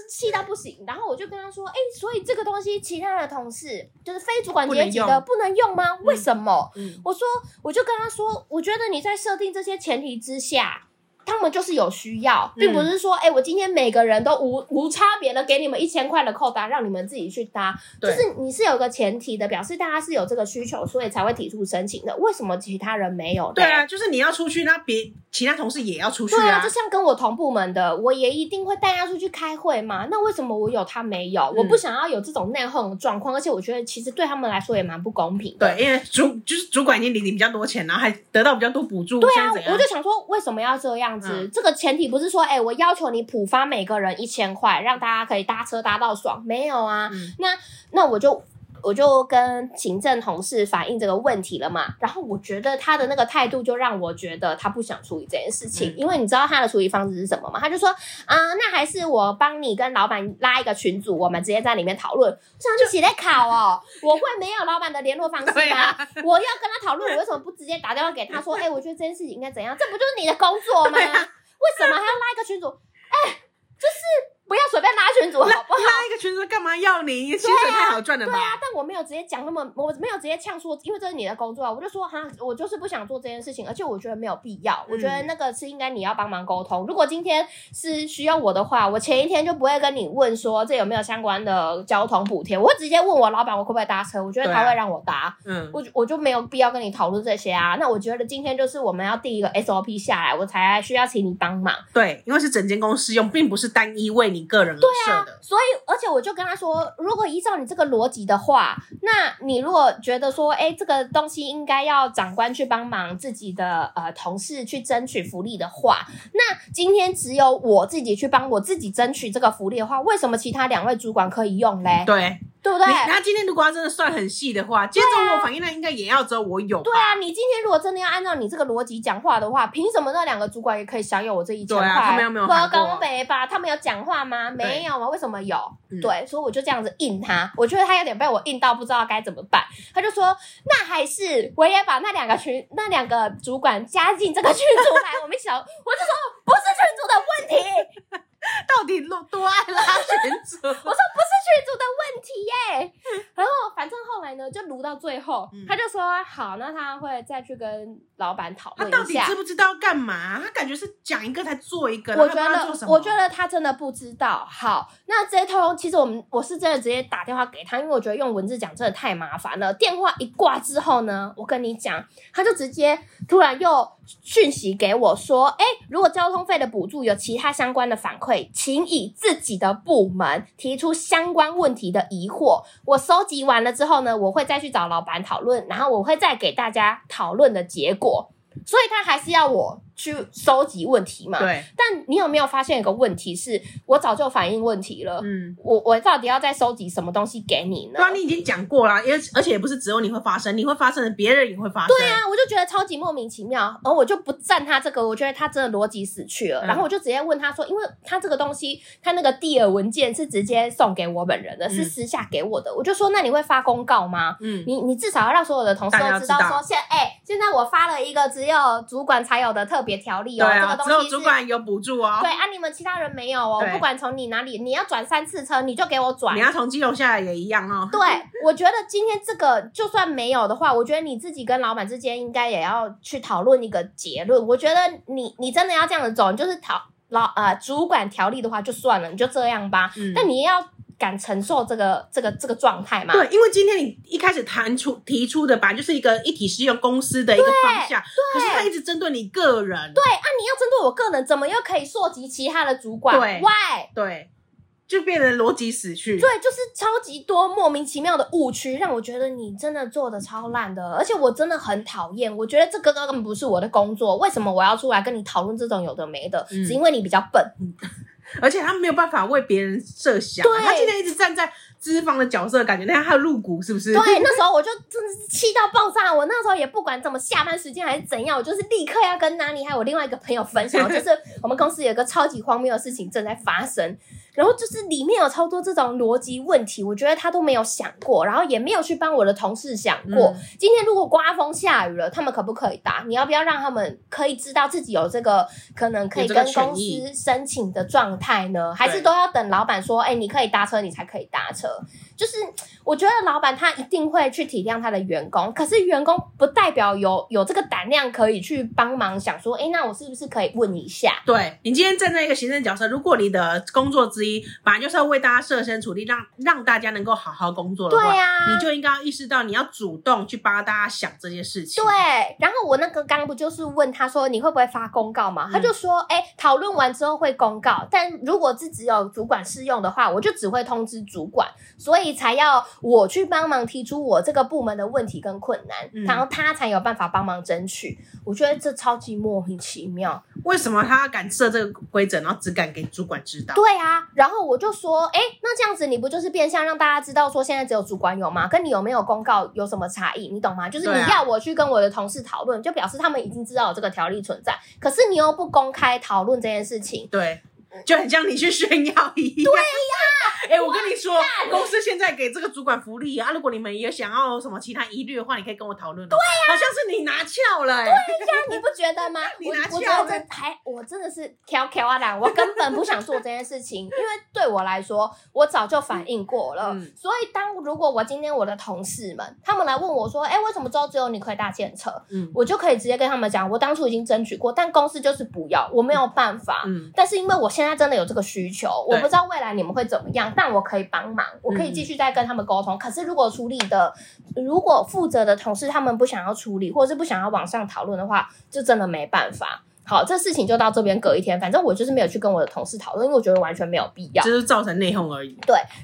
Speaker 1: 气到不行，然后我就跟他说：“哎、所以这个东西，其他的同事就是非主管
Speaker 2: 不
Speaker 1: 阶
Speaker 2: 能
Speaker 1: 级
Speaker 2: 用
Speaker 1: 的不能用吗？为什么？”
Speaker 2: 嗯，
Speaker 1: 我说，我就跟他说，我觉得你在设定这些前提之下，他们就是有需要，并不是说，哎、我今天每个人都无无差别的给你们一千块的扣搭，让你们自己去搭，就
Speaker 2: 对
Speaker 1: 是你是有个前提的，表示大家是有这个需求，所以才会提出申请的。为什么其他人没有呢？
Speaker 2: 对啊，就是你要出去，那别其他同事也要出去
Speaker 1: 对啊，就像跟我同部门的，我也一定会带他出去开会嘛。那为什么我有他没有？我
Speaker 2: 嗯
Speaker 1: 不想要有这种内讧的状况，而且我觉得其实对他们来说也蛮不公平的。
Speaker 2: 对，因为主就是主管已经领你比较多钱，然后还得到比较多补助，
Speaker 1: 对
Speaker 2: 现
Speaker 1: 啊
Speaker 2: 在怎，样
Speaker 1: 我就想说，为什么要这样子？
Speaker 2: 嗯
Speaker 1: 这个前提不是说，哎、我要求你普发每个人一千块，让大家可以搭车搭到爽，没有啊。
Speaker 2: 嗯
Speaker 1: 那那我就我就跟行政同事反映这个问题了嘛，然后我觉得他的那个态度就让我觉得他不想处理这件事情，
Speaker 2: 嗯
Speaker 1: 因为你知道他的处理方式是什么吗？他就说，啊、那还是我帮你跟老板拉一个群组，我们直接在里面讨论。我想就写在考 哦，我会没有老板的联络方式
Speaker 2: 啊对
Speaker 1: 吗？
Speaker 2: 啊，
Speaker 1: 我要跟他讨论，我为什么不直接打电话给他 说，哎、我觉得这件事情应该怎样？这不就是你的工作吗？
Speaker 2: 对啊
Speaker 1: 为什么还要拉一个群组？哎、就是不要随便拉群组 好不好？
Speaker 2: 拉一个群主干嘛要你？薪水太好赚了
Speaker 1: 对啊
Speaker 2: 吧？，
Speaker 1: 但我没有直接讲那么，我没有直接呛说，因为这是你的工作啊，我就说哈，我就是不想做这件事情，而且我觉得没有必要，我觉得
Speaker 2: 嗯
Speaker 1: 那个是应该你要帮忙沟通。如果今天是需要我的话，我前一天就不会跟你问说这有没有相关的交通补贴，我会直接问我老板我可不可以搭车，我觉得
Speaker 2: 对
Speaker 1: 他
Speaker 2: 啊
Speaker 1: 会让我搭，
Speaker 2: 嗯，
Speaker 1: 我就我就没有必要跟你讨论这些啊。那我觉得今天就是我们要定一个 SOP 下来，我才需要请你帮忙。
Speaker 2: 对，因为是整间公司用，并不是单一为你个人而设的。
Speaker 1: 所以，而且我就跟他说，如果依照哎你这个逻辑的话，那你如果觉得说，哎，这个东西应该要长官去帮忙自己的呃同事去争取福利的话，那今天只
Speaker 2: 嗯
Speaker 1: 有我自己去帮我自己争取这个福利的话，为什么其他两位主管可以用嘞？
Speaker 2: 对，
Speaker 1: 对啊不对啊
Speaker 2: 你？那今天如果要真的算很细的话，今天中午我反应量应该也要只有我有吧？
Speaker 1: 对啊，你今天如果真的要按照你这个逻辑讲话的话，凭什么那两个主管也可以享有我这一千块？
Speaker 2: 对啊他们又没有
Speaker 1: 高
Speaker 2: 喊过
Speaker 1: 刚北吧？他们有讲话吗？没有啊，为什么有？
Speaker 2: 嗯
Speaker 1: 对，所以我就这样子应他，我觉得他有点被我应到不知道该怎么办。他就说：“那还是我也把那两个群、那两个主管加进这个群组来，我们一 起聊。”我就说：“不是群主的问题，
Speaker 2: 到底多多爱拉选组？
Speaker 1: 我 说不是群主的问题耶、然后反正后来呢，就撸到最后，
Speaker 2: 嗯
Speaker 1: 他就说好，那他会再去跟老板讨
Speaker 2: 他
Speaker 1: 论
Speaker 2: 到
Speaker 1: 一
Speaker 2: 底
Speaker 1: 下
Speaker 2: 知。不知道要干嘛？他感觉是讲一个才做一个，
Speaker 1: 我
Speaker 2: 然后
Speaker 1: 觉
Speaker 2: 他不知道做什
Speaker 1: 得，
Speaker 2: 么
Speaker 1: 我觉得他真的不知道。好，那这一通其实我们我是真的直接打电话给他，因为我觉得用文字讲真的太麻烦了。电话一挂之后呢，我跟你讲，他就直接突然又讯息给我说，哎、如果交通费的补助有其他相关的反馈，请以自己的部门提出相关问题的疑惑，我收集完了之后呢，我会再去找老板讨论，然后我会再给大家讨论的结果。所以他还是要我去收集问题嘛？
Speaker 2: 对，
Speaker 1: 但你有没有发现有个问题是，我早就反映问题了，
Speaker 2: 嗯，
Speaker 1: 我我到底要再收集什么东西给你呢
Speaker 2: 对？啊，你已经讲过啦，而而且也不是只有你会发生，你会发生的，别人也会发生。对啊，
Speaker 1: 啊，我就觉得超级莫名其妙，然后我就不赞他这个，我觉得他真的逻辑死去了。
Speaker 2: 嗯
Speaker 1: 然后我就直接问他说，因为他这个东西，他那个第二文件是直接送给我本人的，是
Speaker 2: 嗯
Speaker 1: 私下给我的，我就说那你会发公告吗？
Speaker 2: 嗯，
Speaker 1: 你你至少要让所有的同事
Speaker 2: 大
Speaker 1: 都知
Speaker 2: 家知
Speaker 1: 道
Speaker 2: 道
Speaker 1: 说现哎、现在我发了一个只有主管才有的特别条例
Speaker 2: 对
Speaker 1: 哦，
Speaker 2: 啊，
Speaker 1: 这个
Speaker 2: 只
Speaker 1: 东
Speaker 2: 有
Speaker 1: 西是
Speaker 2: 主管有补助哦
Speaker 1: 对。啊，你们其他人没有哦，
Speaker 2: 对
Speaker 1: 不管从你哪里，你要转三次车你就给我转
Speaker 2: 你。要从基隆下来也一样哦。
Speaker 1: 对，我觉得今天这个就算没有的话，我觉得你自己跟老板之间应该也要去讨论一个结论。我觉得你你真的要这样子走，你就是讨老呃主管条例的话就算了，你就这样吧。
Speaker 2: 嗯，
Speaker 1: 但你也要敢承受这个这个这个状态嘛？
Speaker 2: 对，因为今天你一开始谈出提出的本来就是一个一体适用公司的一个方向，可是他一直针对你个人，
Speaker 1: 对啊，你要针对我个人，怎么又可以溯及其他的主管
Speaker 2: 对
Speaker 1: ？Why？
Speaker 2: 对，就变得逻辑死去。
Speaker 1: 对，就是超级多莫名其妙的误区，让我觉得你真的做的超烂的，而且我真的很讨厌。我觉得这个根本不是我的工作，为什么我要出来跟你讨论这种有的没的？
Speaker 2: 嗯
Speaker 1: 只因为你比较笨。
Speaker 2: 而且他没有办法为别人设想啊，
Speaker 1: 对
Speaker 2: 他今天一直站在资方的角色，感觉那样他的入股是不是？
Speaker 1: 对，那时候我就真的是气到爆炸。我那时候也不管怎么下班时间还是怎样，我就是立刻要跟 Nani 还有我另外一个朋友分享， 就是我们公司有一个超级荒谬的事情正在发生，然后就是里面有超多这种逻辑问题，我觉得他都没有想过，然后也没有去帮我的同事想过。
Speaker 2: 嗯
Speaker 1: 今天如果刮风下雨了，他们可不可以打？你要不要让他们可以知道自己有这个可能可以
Speaker 2: 有这个
Speaker 1: 跟公
Speaker 2: 权益
Speaker 1: 司申请的状态呢？还是
Speaker 2: 对
Speaker 1: 都要等老板说，哎、你可以搭车，你才可以搭车？就是我觉得老板他一定会去体谅他的员工，可是员工不代表有有这个胆量可以去帮忙想说，哎，那我是不是可以问一下？
Speaker 2: 对你今天站在一个行政角色，如果你的工作之一本来就是要为大家设身处地，让让大家能够好好工作的
Speaker 1: 对啊
Speaker 2: 话，
Speaker 1: 呀、
Speaker 2: 你就应该要意识到你要主动去帮大家想这些事情。
Speaker 1: 对，然后我那个刚刚不就是问他说你会不会发公告嘛？
Speaker 2: 嗯
Speaker 1: 他就说，哎、讨论完之后会公告，但如果是只有主管适用的话，我就只会通知主管，所以才要我去帮忙提出我这个部门的问题跟困难，
Speaker 2: 嗯
Speaker 1: 然后他才有办法帮忙争取。我觉得这超级莫名其妙。
Speaker 2: 为什么他敢设这个规则，然后只敢给主管知道？
Speaker 1: 对啊，然后我就说，哎，那这样子你不就是变相让大家知道说现在只有主管有吗？跟你有没有公告有什么差异？你懂吗？就是
Speaker 2: 对
Speaker 1: 你
Speaker 2: 啊
Speaker 1: 要我去跟我的同事讨论，就表示他们已经知道有这个条例存在，可是你又不公开讨论这件事情，
Speaker 2: 对，就很像你去炫耀一样。对呀、哎、我跟你说，公司现在给这个主管福利啊，如果你们也想要有什么其他疑虑的话，你可以跟我讨论、哦。对呀、好像是你拿翘了、哎
Speaker 1: 你不觉得吗？
Speaker 2: 你拿
Speaker 1: 我我
Speaker 2: 翘
Speaker 1: 觉得这还我真的是挑挑啊啦，我根本不想做这件事情，因为对我来说，我早就反应过了。
Speaker 2: 嗯
Speaker 1: 所以当如果我今天我的同事们他们来问我说，哎、为什么之后只有你可以搭建车？
Speaker 2: 嗯
Speaker 1: 我就可以直接跟他们讲，我当初已经争取过，但公司就是不要，我没有办法。
Speaker 2: 嗯，
Speaker 1: 但是因为我现在真的有这个需求，我
Speaker 2: 对嗯
Speaker 1: 不知道未来你们会怎么样，但我可以帮忙，我可以继续再跟他们沟通。可是如果处理的，如果负责的同事他们不想要处理，或者是不想要往上讨论的话，就真的没办法。好，这事情就到这边隔一天，反正我就是没有去跟我的同事讨论，因为我觉得完全没有必要
Speaker 2: 就。是造成内讧而已。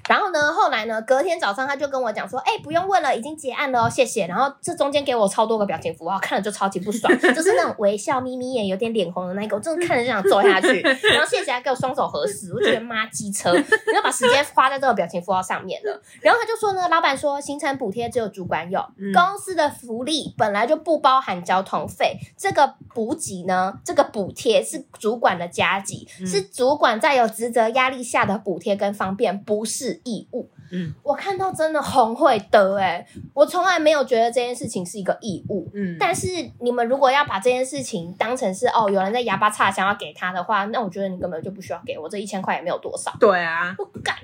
Speaker 1: 然后呢，后来呢，隔天早上他就跟我讲说，哎、不用问了，已经结案了哦，谢谢。然后这中间给我超多个表情符号，看了就超级不爽，就是那种微笑、眯眯眼、有点脸红的那一个，我真的看着就想揍下去。然后谢谢还给我双手合十，我觉得妈机车，你要把时间花在这个表情符号上面了。然后他就说呢，老板说行程补贴只有主管有，
Speaker 2: 嗯
Speaker 1: 公司的福利本来就不包含交通费，这个补给呢，这个补贴是主管的加给，
Speaker 2: 嗯
Speaker 1: 是主管在有职责压力下的补贴跟方便，不是义务。
Speaker 2: 嗯，
Speaker 1: 我看到真的红会得哎、我从来没有觉得这件事情是一个义务。
Speaker 2: 嗯，
Speaker 1: 但是你们如果要把这件事情当成是哦，有人在哑巴叉想要给他的话，那我觉得你根本就不需要给我这一千块，也没有多少。
Speaker 2: 对啊，
Speaker 1: 我干，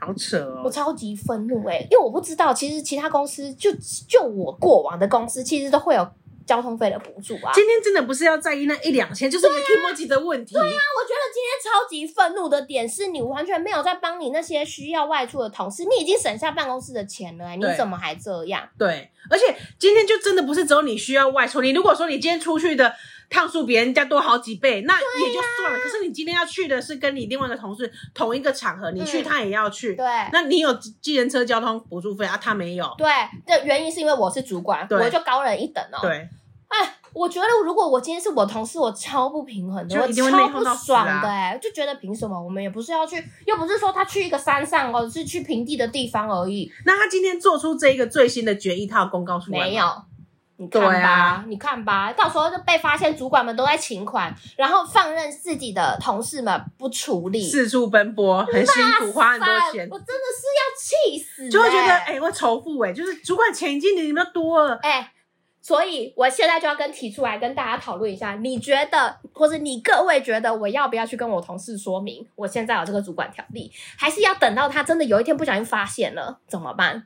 Speaker 2: 好扯
Speaker 1: 我
Speaker 2: 哦。
Speaker 1: 超级愤怒哎、因为我不知道，其实其他公司就就我过往的公司，其实都会有交通费的补助啊。
Speaker 2: 今天真的不是要在意那一两千，就是一个 emoji 的问题。
Speaker 1: 我觉得今天超级愤怒的点是你完全没有在帮你那些需要外出的同事，你已经省下办公室的钱了、欸，你
Speaker 2: 对
Speaker 1: 怎么还这样？
Speaker 2: 对，而且今天就真的不是只有你需要外出，你如果说你今天出去的趟数比人家多好几倍，那也就算了。可是你今天要去的是跟你另外一个同事同一个场合，你去
Speaker 1: 嗯
Speaker 2: 他也要去，
Speaker 1: 对。
Speaker 2: 那你有计程车交通补助费啊？他没有。
Speaker 1: 对，这原因是因为我是主管，
Speaker 2: 对
Speaker 1: 我就高人一等哦、
Speaker 2: 对，
Speaker 1: 哎，我觉得如果我今天是我同事，我超不平衡的，
Speaker 2: 就
Speaker 1: 我
Speaker 2: 一定会内
Speaker 1: 超
Speaker 2: 讧
Speaker 1: 不
Speaker 2: 到死啊
Speaker 1: 爽的、哎，就觉得凭什么？我们也不是要去，又不是说他去一个山上哦，是去平地的地方而已，
Speaker 2: 那他今天做出这一个最新的决议，他有公告出来吗
Speaker 1: 没？有。你看
Speaker 2: 对
Speaker 1: 吧，
Speaker 2: 啊
Speaker 1: 你看吧，到时候就被发现，主管们都在请款，然后放任自己的同事们不处理，
Speaker 2: 四处奔波，很辛苦，花很多钱，
Speaker 1: 我真的是要气死、
Speaker 2: 就会觉得
Speaker 1: 哎
Speaker 2: 哎、我仇富哎、就是主管钱已经领的多了，
Speaker 1: 哎、所以我现在就要跟提出来跟大家讨论一下，你觉得，或者你各位觉得，我要不要去跟我同事说明，我现在有这个主管条例，还是要等到他真的有一天不小心发现了怎么办？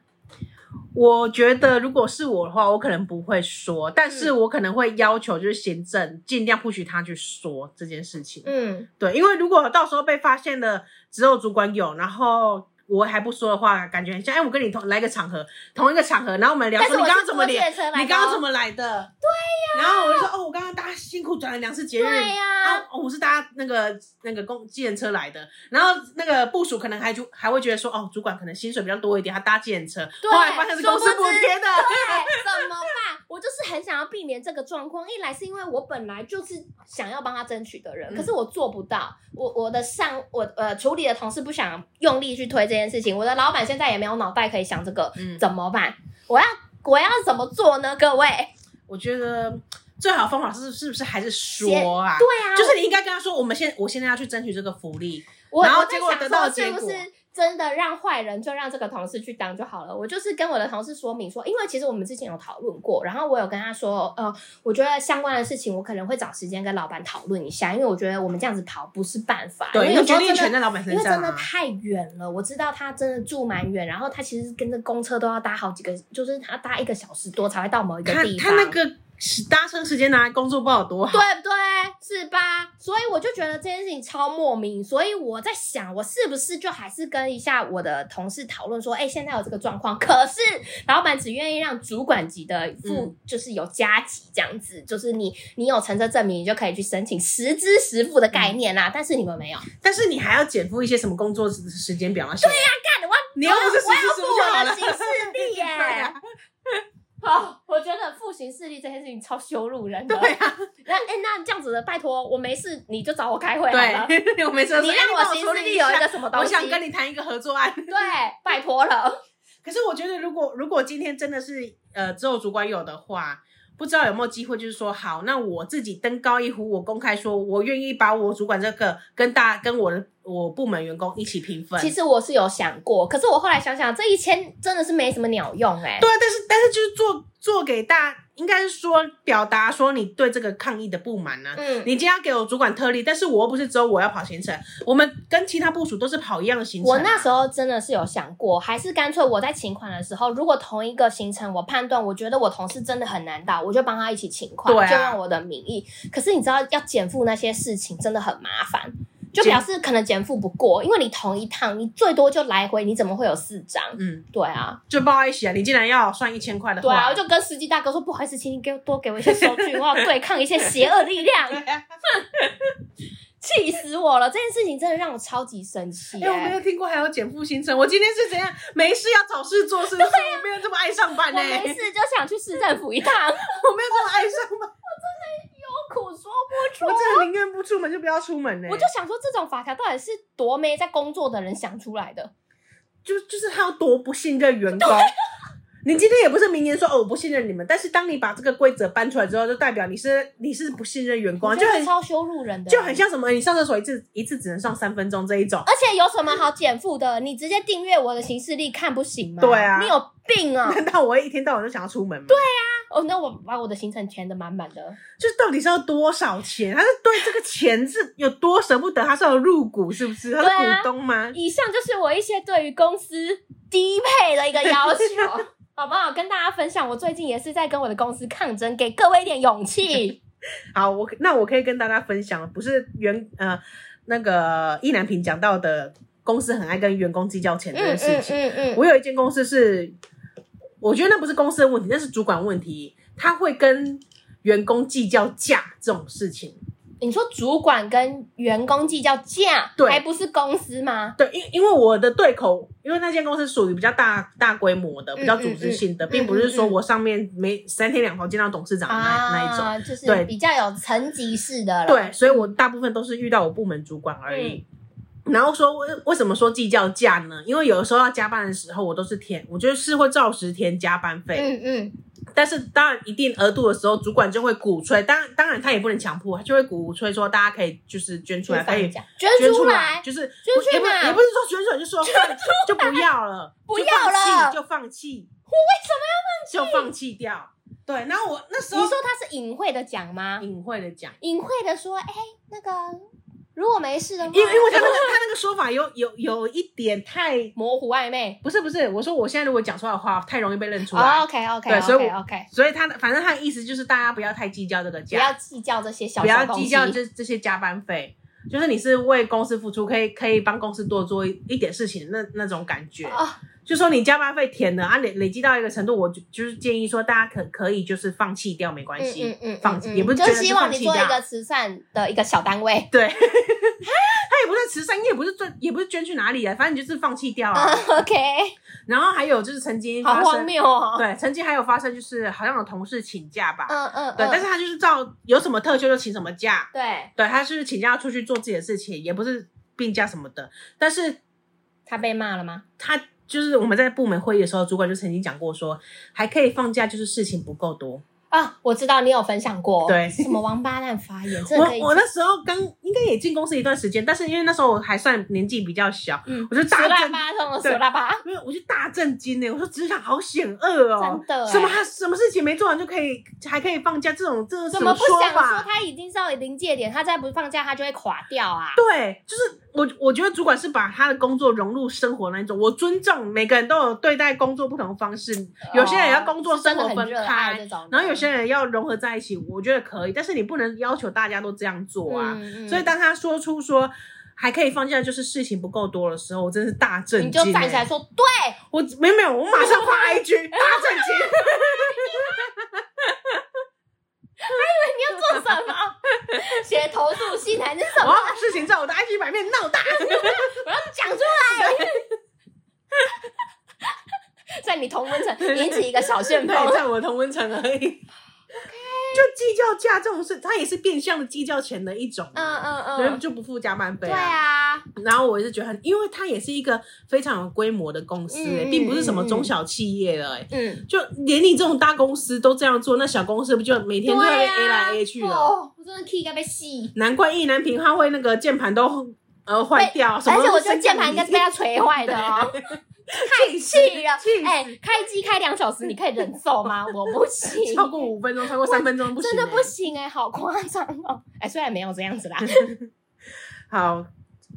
Speaker 2: 我觉得如果是我的话，我可能不会说，但是
Speaker 1: 嗯
Speaker 2: 我可能会要求就是行政尽量不许他去说这件事情。
Speaker 1: 嗯，
Speaker 2: 对，因为如果到时候被发现了，只有主管有，然后。我还不说的话，感觉很像。哎、我跟你同来一个场合，同一个场合，然后我们聊
Speaker 1: 但
Speaker 2: 说
Speaker 1: 是我
Speaker 2: 你刚
Speaker 1: 是
Speaker 2: 刚怎么
Speaker 1: 坐
Speaker 2: 连，
Speaker 1: 电车来的哦，
Speaker 2: 你刚刚怎么来的？对呀、然后我就说，哦，我刚刚大家辛苦转了两次节日，
Speaker 1: 对哎呀、
Speaker 2: 啊，我是搭那个那个公计程车来的，然后那个部署可能还就还会觉得说，哦，主管可能薪水比较多一点，他搭计程车，
Speaker 1: 对
Speaker 2: 后来发现是公司补贴的，
Speaker 1: 对，怎么办？我就是很想要避免这个状况。一来是因为我本来就是想要帮他争取的人，
Speaker 2: 嗯
Speaker 1: 可是我做不到。我我的上我呃处理的同事不想用力去推这件事情，我的老板现在也没有脑袋可以想这个，
Speaker 2: 嗯
Speaker 1: 怎么办？我要我要怎么做呢？各位，
Speaker 2: 我觉得最好的方法是是不是还是
Speaker 1: 先
Speaker 2: 说啊？
Speaker 1: 对啊，
Speaker 2: 就是你应该跟他说，我们现我现在要去争取这个福利，
Speaker 1: 我
Speaker 2: 然后
Speaker 1: 我在
Speaker 2: 结果
Speaker 1: 想
Speaker 2: 得到
Speaker 1: 说
Speaker 2: 的结
Speaker 1: 是不
Speaker 2: 果
Speaker 1: 是真的让坏人就让这个同事去当就好了？我就是跟我的同事说明说，因为其实我们之前有讨论过，然后我有跟他说，呃，我觉得相关的事情我可能会找时间跟老板讨论一下，因为我觉得我们这样子跑不是办法，
Speaker 2: 对，
Speaker 1: 因
Speaker 2: 因
Speaker 1: 为有
Speaker 2: 为
Speaker 1: 时
Speaker 2: 决
Speaker 1: 候
Speaker 2: 定
Speaker 1: 真
Speaker 2: 权
Speaker 1: 的。
Speaker 2: 在老板
Speaker 1: 因
Speaker 2: 身
Speaker 1: 为真
Speaker 2: 上
Speaker 1: 的
Speaker 2: 啊。
Speaker 1: 太远了，我知道他真的住蛮远，然后他其实跟着公车都要搭好几个，就是他搭一个小时多才会到某一个
Speaker 2: 看
Speaker 1: 地方。
Speaker 2: 他那个时搭车时间拿来工作不好多啊好，
Speaker 1: 对不对？是吧？所以我就觉得这件事情超莫名，所以我在想，我是不是就还是跟一下我的同事讨论说，哎、现在有这个状况，可是老板只愿意让主管级的副，
Speaker 2: 嗯
Speaker 1: 就是有加级这样子，就是你你有乘车证明，你就可以去申请实支 实付的概念啦、但是你们 没有，
Speaker 2: 但是你还要减负一些什么工作时时间表啊？对呀，
Speaker 1: 干我
Speaker 2: 你又不是
Speaker 1: 我
Speaker 2: 实
Speaker 1: 要
Speaker 2: 时
Speaker 1: 付
Speaker 2: 付就好
Speaker 1: 我的
Speaker 2: 了
Speaker 1: 行事力耶
Speaker 2: 对。啊
Speaker 1: 哦，我觉得复行势力这件事情超羞辱人的。
Speaker 2: 对啊，
Speaker 1: 那哎、那这样子的，拜托，我没事你就找我开会好了。
Speaker 2: 对，我没说。
Speaker 1: 你
Speaker 2: 哎
Speaker 1: 让
Speaker 2: 帮
Speaker 1: 我行
Speaker 2: 处
Speaker 1: 事
Speaker 2: 理
Speaker 1: 力
Speaker 2: 一下
Speaker 1: 有一个什么东
Speaker 2: 我
Speaker 1: 西？
Speaker 2: 想跟你谈一个合作案。
Speaker 1: 对，拜托了。
Speaker 2: 可是我觉得，如果如果今天真的是呃只有主管有的话，不知道有没有机会，就是说好，那我自己登高一呼，我公开说我愿意把我主管这个跟大跟我的我部门员工一起平
Speaker 3: 嗯
Speaker 2: 分。
Speaker 1: 其实我是有想过，可是我后来想想，这一千真的是没什么鸟用哎、
Speaker 2: 对啊，但是但是就是做做给大，应该是说表达说你对这个抗议的不满呢、啊。
Speaker 1: 嗯，
Speaker 2: 你今天要给我主管特例，但是我又不是只有我要跑行程，我们跟其他部署都是跑一样的行程啊。
Speaker 1: 我那时候真的是有想过，还是干脆我在请款的时候，如果同一个行程，我判断我觉得我同事真的很难到，我就帮他一起请款，
Speaker 2: 对啊
Speaker 1: 就用我的名义。可是你知道，要减负那些事情真的很麻烦。
Speaker 2: 嗯
Speaker 3: 就表示可能减负不过，因为你同一趟你最多就来回，你怎么会有四张？
Speaker 2: 嗯，
Speaker 3: 对啊，
Speaker 2: 就不好意思啊，你竟然要算一千块的
Speaker 3: 对啊，
Speaker 2: 话，
Speaker 3: 我就跟司机大哥说，不好意思，请你给我多给我一些收据，我要对抗一些邪恶力量。
Speaker 2: 哎
Speaker 3: 气死我了！这件事情真的让我超级生气、
Speaker 2: 哎、我没
Speaker 3: 欸
Speaker 2: 有听过还有减负行程。我今天是怎样没事要找事做，是不是？我没有这么爱上班
Speaker 3: 啊我
Speaker 2: 呢、
Speaker 1: 欸
Speaker 3: 没事就想去市政府一趟，
Speaker 2: 我没有这么爱上班，
Speaker 3: 苦说不出
Speaker 2: 我真的宁愿不出门就不要出门呢、
Speaker 3: 我就想说，这种法条到底是多没在工作的人想出来的？
Speaker 2: 就就是他有多不信任员
Speaker 3: 啊
Speaker 2: 工。 你今天也不是明言说哦我不信任你们，但是当你把这个规则搬出来之后，就代表你是你是不信任员工，
Speaker 3: 我
Speaker 2: 就
Speaker 3: 觉
Speaker 2: 很
Speaker 3: 得超羞辱人的，
Speaker 2: 就很。像什么，哎你上厕所一次一次只能上三分钟这一 种，
Speaker 3: 而且有什么好减负的？你直接订阅我的行事历看不行吗？
Speaker 2: 对啊
Speaker 3: 你有病啊！
Speaker 2: 难道我会一天到晚都想要出门吗？对，
Speaker 3: 哦，那我把我的行程填的满满的。
Speaker 2: 就到底是要多少钱？他是对这个钱是有多舍不得？他是有入股是不是？他
Speaker 3: 对啊
Speaker 2: 是股东吗？
Speaker 3: 以上就是我一些对于公司低配的一个要 求，好不好？跟大家分享，我最近也是在跟我的公司抗争，给各位一点勇气。
Speaker 2: 好，我那我可以跟大家分享，不是原呃那个呃易南平讲到的，公司很爱跟员工计较钱
Speaker 3: 嗯
Speaker 2: 这件事情。
Speaker 3: 嗯嗯嗯，
Speaker 2: 我有一间公司是，我觉得那不是公司的问题，那是主管问题，他会跟员工计较价这种事情。
Speaker 3: 你说主管跟员工计较价，
Speaker 2: 对
Speaker 3: 还不是公司吗？
Speaker 2: 对，因因为我的对口，因为那间公司属于比较大大规模的、比较组织性的，
Speaker 3: 嗯嗯
Speaker 2: 并不是说我上面每三天两头见到董事长的那、那一种。
Speaker 3: 啊，就是
Speaker 2: 对
Speaker 3: 比较有层级式的了。
Speaker 2: 对，所以我大部分都是遇到我部门主管而已。
Speaker 3: 嗯
Speaker 2: 然后说为为什么说计较价呢？因为有的时候要加班的时候，我都是填，我觉得是会照实填加班费。
Speaker 3: 嗯嗯，
Speaker 2: 但是当然一定额度的时候，主管就会鼓吹，当当然他也不能强迫，他就会鼓吹说大家可以就是捐出来，可以
Speaker 3: 讲捐
Speaker 2: 捐
Speaker 3: 出
Speaker 2: 来，
Speaker 3: 来，
Speaker 2: 就是
Speaker 3: 捐
Speaker 2: 不
Speaker 3: 去
Speaker 2: 也不
Speaker 3: 哪
Speaker 2: 也不是说捐出来就说放就不要了，
Speaker 3: 不
Speaker 2: 就
Speaker 3: 要
Speaker 2: 放弃
Speaker 3: 了
Speaker 2: 就放弃。我为什么要放弃？就放弃掉。对，然后我那时
Speaker 3: 你
Speaker 2: 候
Speaker 3: 说他是隐晦的讲吗？
Speaker 2: 隐晦的讲，
Speaker 3: 隐晦的说，哎、那个如果没事的话，
Speaker 2: 因为因为他那个他那个说法有有有一点太。
Speaker 3: 模糊暧昧。
Speaker 2: 不是不是，我说我现在如果讲出来的话，太容易被认出来。
Speaker 3: 哦、OK OK
Speaker 2: 对所以
Speaker 3: OK
Speaker 2: 我
Speaker 3: OK，
Speaker 2: 所以他的反正他的意思就是大家不要太计较这个
Speaker 3: 不
Speaker 2: 价，
Speaker 3: 要计较这些小
Speaker 2: 不要
Speaker 3: 小东西
Speaker 2: 计较这这些加班费，就是你是为公司付出，可以可以帮公司多做一一点事情的那那种感觉。
Speaker 3: 哦
Speaker 2: 就说你加班费填了啊，累累积到一个程度，我就就是建议说大家可可以就是放弃掉，没关
Speaker 3: 嗯
Speaker 2: 系，
Speaker 3: 嗯嗯，
Speaker 2: 放
Speaker 3: 嗯
Speaker 2: 弃也不是
Speaker 3: 就
Speaker 2: 真的是
Speaker 3: 希望
Speaker 2: 放
Speaker 3: 你
Speaker 2: 弃
Speaker 3: 做一
Speaker 2: 掉
Speaker 3: 个慈善的一个小单位。
Speaker 2: 对。他也不是慈善，你也不是捐，也不是捐去哪里啊，反正你就是放弃掉啊。
Speaker 3: OK，
Speaker 2: 然后还有就是曾经
Speaker 3: 好
Speaker 2: 发
Speaker 3: 荒
Speaker 2: 生，
Speaker 3: 谬哦。
Speaker 2: 对，曾经还有发生就是好像有同事请假吧，
Speaker 3: 嗯嗯，
Speaker 2: 对，
Speaker 3: 嗯
Speaker 2: 但是他就是照有什么特休就请什么假，
Speaker 3: 对
Speaker 2: 对，他是请假出去做自己的事情，也不是病假什么的。但是
Speaker 3: 他被骂了吗？
Speaker 2: 他就是我们在部门会议的时候，主管就曾经讲过说，还可以放假，就是事情不够多。
Speaker 3: 啊，我知道你有分享过，
Speaker 2: 对
Speaker 3: 什么王八蛋发言，这
Speaker 2: 我
Speaker 3: 个可以
Speaker 2: 我那时候刚应该也进公司一段时间，但是因为那时候我还算年纪比较小，
Speaker 3: 嗯
Speaker 2: 我就
Speaker 3: 鼠
Speaker 2: 大
Speaker 3: 拉
Speaker 2: 震，
Speaker 3: 巴，这种鼠
Speaker 2: 对哦
Speaker 3: 拉巴，
Speaker 2: 因为我就大震惊呢、我说职场好险恶哦，
Speaker 3: 真的欸
Speaker 2: 什么他什么事情没做完就可以还可以放假，这种这种
Speaker 3: 怎
Speaker 2: 么
Speaker 3: 么不想
Speaker 2: 法？
Speaker 3: 说他已经到临界点，他再不放假他就会垮掉啊？
Speaker 2: 对，就是我，我觉得主管是把他的工作融入生活那一种。我尊重每个人都有对待工作不同的方式，有些人要工作
Speaker 3: 哦是真
Speaker 2: 生
Speaker 3: 的
Speaker 2: 活
Speaker 3: 很
Speaker 2: 分
Speaker 3: 热爱
Speaker 2: 开，
Speaker 3: 这种的，
Speaker 2: 然后有些人要融合在一起，我觉得可以。但是你不能要求大家都这样做啊。
Speaker 3: 嗯嗯
Speaker 2: 所以当他说出说还可以放假，就是事情不够多的时候，我真是大震
Speaker 3: 你
Speaker 2: 惊、
Speaker 3: 就
Speaker 2: 欸。
Speaker 3: 站起来说，对，
Speaker 2: 我没有没有，我马上发 IG 大震惊。
Speaker 3: 你要做什么？写投诉信还是什
Speaker 2: 我
Speaker 3: 么？
Speaker 2: 要把事情在我的 IG 版面闹 大。
Speaker 3: 我要讲出来。在你同温层引起一个小 旋风，
Speaker 2: 对，在我的同温层而 已。就计较价这种事，它也是变相的计较钱的一种
Speaker 3: 嗯
Speaker 2: 啊。
Speaker 3: 嗯
Speaker 2: 人
Speaker 3: 嗯，
Speaker 2: 就不付加班费
Speaker 3: 对。啊，
Speaker 2: 然后我也是觉得很，因为它也是一个非常有规模的公司、
Speaker 3: 嗯
Speaker 2: 欸
Speaker 3: 嗯
Speaker 2: 并不是什么中小企业了、欸，
Speaker 3: 嗯，
Speaker 2: 就连你这种大公司都这样做，那小公司不就每天都在被
Speaker 3: 对
Speaker 2: A
Speaker 3: 啊
Speaker 2: 来 A 去了？
Speaker 3: 哦，我真的 key 该被戏，
Speaker 2: 难怪意难平他会那个键盘都呃坏掉，什么
Speaker 3: 而且
Speaker 2: 都
Speaker 3: 我
Speaker 2: 是
Speaker 3: 觉得键盘应该是被他锤
Speaker 2: 嗯
Speaker 3: 坏的哦。太气了！
Speaker 2: 气死
Speaker 3: 哎、开机开两小时，你可以忍受吗？我不行，
Speaker 2: 超过五分钟，超过三分钟不行、欸，
Speaker 3: 真的不行哎、好夸张哦！哎、虽然没有这样子啦，
Speaker 2: 好，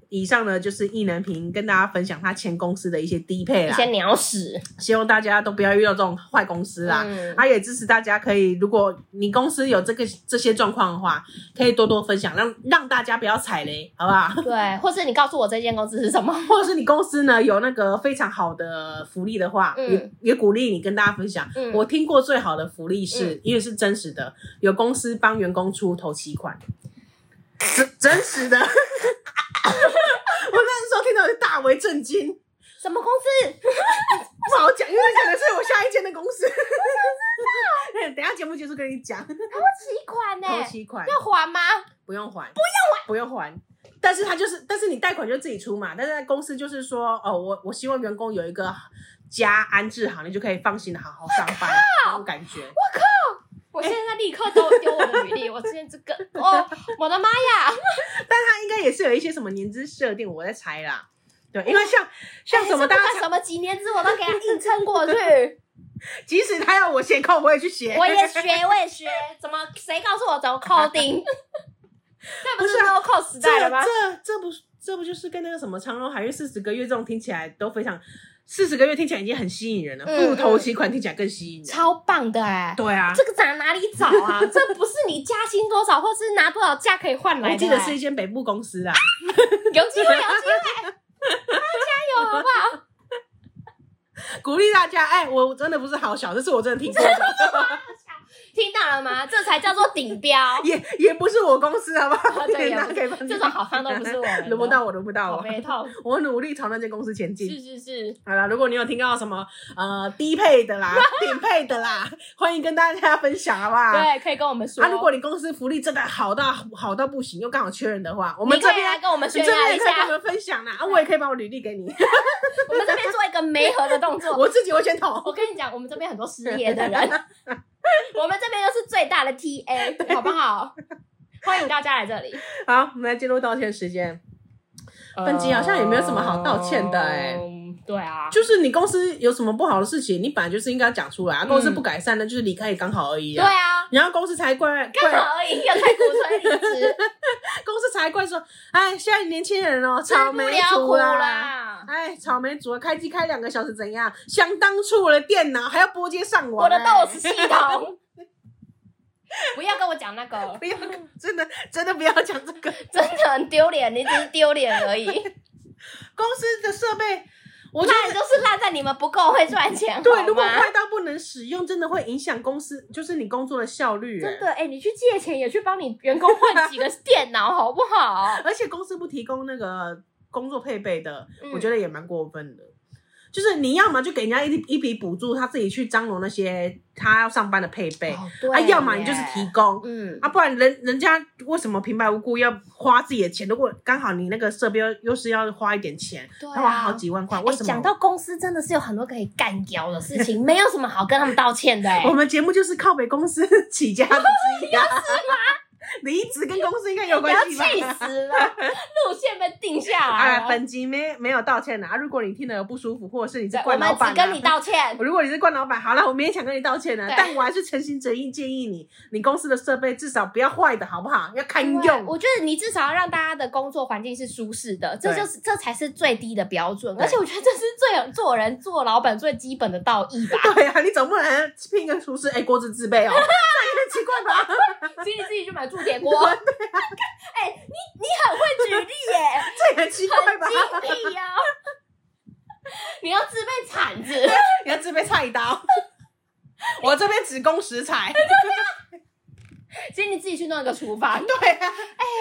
Speaker 2: 以上呢就是意能平跟大家分享他前公司的一些低配
Speaker 3: 一
Speaker 2: 啦
Speaker 3: 些，鸟屎，
Speaker 2: 希望大家都不要遇到这种坏公司啦。
Speaker 3: 嗯，
Speaker 2: 他也支持大家可以，如果你公司有这个这些状况的话，可以多多分享，让让大家不要踩雷，好不好？
Speaker 3: 对，或是你告诉我这间公司是什 么？
Speaker 2: 或者是你公司呢有那个非常好的福利的话，
Speaker 3: 嗯
Speaker 2: 也也鼓励你跟大家分享。
Speaker 3: 嗯，
Speaker 2: 我听过最好的福利是，因为是真实的，有公司帮员工出头期款，真真实的。我 那时候听到我就大为震惊，不
Speaker 3: 什么公司？
Speaker 2: 好讲，因为讲的是我下一间的公司。 哎等一下节目结束跟你讲，
Speaker 3: 几款呢？
Speaker 2: 头期款
Speaker 3: 要还吗？
Speaker 2: 不用还，不用还，不用还。但是他就是，但是你贷款就自己出嘛。但是在公司就是说，哦，我我希望员工有一个家安置好，你就可以放心的好好上班，那种感觉。
Speaker 3: 我现在立刻丢丢我的履历，我之前这个哦，我的妈 呀！
Speaker 2: 他应该也是有一些什么年资设定，我在猜啦。对，因为像像什么
Speaker 3: 哎这
Speaker 2: 大
Speaker 3: 不
Speaker 2: 家
Speaker 3: 管
Speaker 2: 猜，
Speaker 3: 什么几年之我都给他硬撑过去，
Speaker 2: 即使他要我写扣，我也去写。
Speaker 3: 我也学，我也学，怎么谁告诉我怎么扣 钉？这不是啊 no 扣时
Speaker 2: 这
Speaker 3: 代了吗？
Speaker 2: 这这不这不就是跟那个什么长荣海运四十个月这种听起来都非常，四十个月听起来已经很吸引人了，不
Speaker 3: 嗯
Speaker 2: 投期款听起来更吸引人。
Speaker 3: 超棒的哎、
Speaker 2: 对啊，
Speaker 3: 这个找哪里找 啊？这不是你加薪多少，或是拿多少价可以换来的、
Speaker 2: 我记得是一间北部公司啊。
Speaker 3: 有机会，有机会，加油好不好？
Speaker 2: 鼓励大家，哎，我真的不是好小，这是我真的听过的，，
Speaker 3: 听到了吗？这才叫做顶标
Speaker 2: 也也不是我公司，好不好？
Speaker 3: 对也
Speaker 2: 大
Speaker 3: 不
Speaker 2: 家可以帮
Speaker 3: 这种好康都不是我们的
Speaker 2: 轮不到我，轮不到
Speaker 3: 好
Speaker 2: 我，
Speaker 3: 悲痛。
Speaker 2: 我努力朝那间公司前进
Speaker 3: 是。是是，
Speaker 2: 好啦，如果你有听到什么呃低配的 啦、顶配的啦，欢迎跟大家分享，好不好？。
Speaker 3: 对，可以跟我们说。
Speaker 2: 啊，如果你公司福利真的好到好到不行，又刚好缺人的话，我
Speaker 3: 我
Speaker 2: 们这
Speaker 3: 可以来
Speaker 2: 边。
Speaker 3: 跟我们
Speaker 2: 你
Speaker 3: 炫
Speaker 2: 这边
Speaker 3: 耀
Speaker 2: 也
Speaker 3: 一
Speaker 2: 可以跟我
Speaker 3: 下，
Speaker 2: 们分享啦，啊，我也可以把我履历给你，
Speaker 3: 我们这边做一个媒合的动作。
Speaker 2: 我自己会先投。
Speaker 3: 我跟你讲，我们这边很多失业的人， 我们这边就是最大的 TA，好不 好？欢迎大家来这里。
Speaker 2: 好，我们来进入道歉时间。本集好像也没有什么好道歉的欸
Speaker 3: 嗯对啊，
Speaker 2: 就是你公司有什么不好的事情，你本来就是应该讲出来啊。公司
Speaker 3: 嗯
Speaker 2: 不改善，那就是离开也刚好而已
Speaker 3: 对
Speaker 2: 啊。
Speaker 3: 啊，
Speaker 2: 然后公司才怪
Speaker 3: 刚
Speaker 2: 怪，
Speaker 3: 好而已，又太鼓吹 离职，
Speaker 2: 公司才怪说，哎，现在年轻人哦，
Speaker 3: 吃
Speaker 2: 草
Speaker 3: 不
Speaker 2: 莓
Speaker 3: 了
Speaker 2: 族
Speaker 3: 苦
Speaker 2: 啦。
Speaker 3: 啦。
Speaker 2: 哎，草莓族开机开两个小时怎样？想当初我的电脑还要拨接上网、
Speaker 3: 我的
Speaker 2: 哎
Speaker 3: DOS 系统， 不要跟我讲那个，
Speaker 2: 不要， 真的真的不要讲这个。
Speaker 3: 真的很丢脸，你只是丢脸而已。
Speaker 2: 公司的设备，我觉
Speaker 3: 烂
Speaker 2: 得
Speaker 3: 就是烂在你们不够会赚钱，好
Speaker 2: 对，
Speaker 3: 吗
Speaker 2: 如果坏到不能使用，真的会影响公司，就是你工作的效率、哎
Speaker 3: 真的，哎、你去借钱也去帮你员工换几个电脑，好不 好？
Speaker 2: 而且公司不提供那个工作配备的，
Speaker 3: 嗯
Speaker 2: 我觉得也蛮过分的。就是你要么就给人家一一笔补助，他自己去张罗那些他要上班的配备，
Speaker 3: 哦对
Speaker 2: 啊，要么你就是
Speaker 3: 耶
Speaker 2: 提供。
Speaker 3: 嗯，
Speaker 2: 啊，不然人人家为什么平白无故要花自己的钱？如果刚好你那个设备又又是要花一点钱，
Speaker 3: 对啊
Speaker 2: 要花好几万块，为
Speaker 3: 哎，
Speaker 2: 什么？
Speaker 3: 讲到公司，真的是有很多可以干掉的 事情，没有什么好跟他们道歉的、哎
Speaker 2: 我们节目就是靠北公司 起家的之一啊， 离职跟公司应该有
Speaker 3: 不
Speaker 2: 关
Speaker 3: 要
Speaker 2: 系吧？
Speaker 3: 气死了，路线被定下来
Speaker 2: 啊，
Speaker 3: 了。
Speaker 2: 本集没没有道歉的啊。如果你听得有不舒服，或者是你是
Speaker 3: 对我
Speaker 2: 冠老
Speaker 3: 们
Speaker 2: 板、啊，
Speaker 3: 只跟你道歉，
Speaker 2: 如果你是冠老板，好了，我勉强跟你道歉了
Speaker 3: 对，
Speaker 2: 但我还是诚心诚意建议你，你公司的设备至少不要坏的，好不好？要堪
Speaker 3: 对
Speaker 2: 用。
Speaker 3: 我觉得你至少要让大家的工作环境是舒适的，这
Speaker 2: 对
Speaker 3: 就是这才是最低的标准。
Speaker 2: 对。
Speaker 3: 而且我觉得这是最做人做老板最基本的道义吧
Speaker 2: 对啊，你总不能聘个厨师，哎、锅子自 备哦，这有点奇怪吧？
Speaker 3: 请你自己去买铸铁锅。哎、你你很会举例耶，
Speaker 2: 这也很奇怪 吧？
Speaker 3: 很精辟哦。你要自备铲 子，
Speaker 2: 你要自备菜刀， 我这边只供食材。
Speaker 3: 请你自己去弄一个厨房。
Speaker 2: 对啊，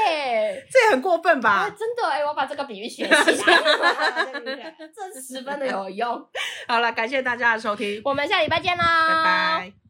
Speaker 3: 哎、
Speaker 2: 这也很过分
Speaker 3: 啊，
Speaker 2: 吧？
Speaker 3: 真的哎、我把这个比喻学起
Speaker 2: 啊
Speaker 3: 来，这十分的有用。
Speaker 2: 好了，感谢大家的收听，
Speaker 3: 我们下礼拜见
Speaker 2: 拜
Speaker 3: 啦，
Speaker 2: 拜。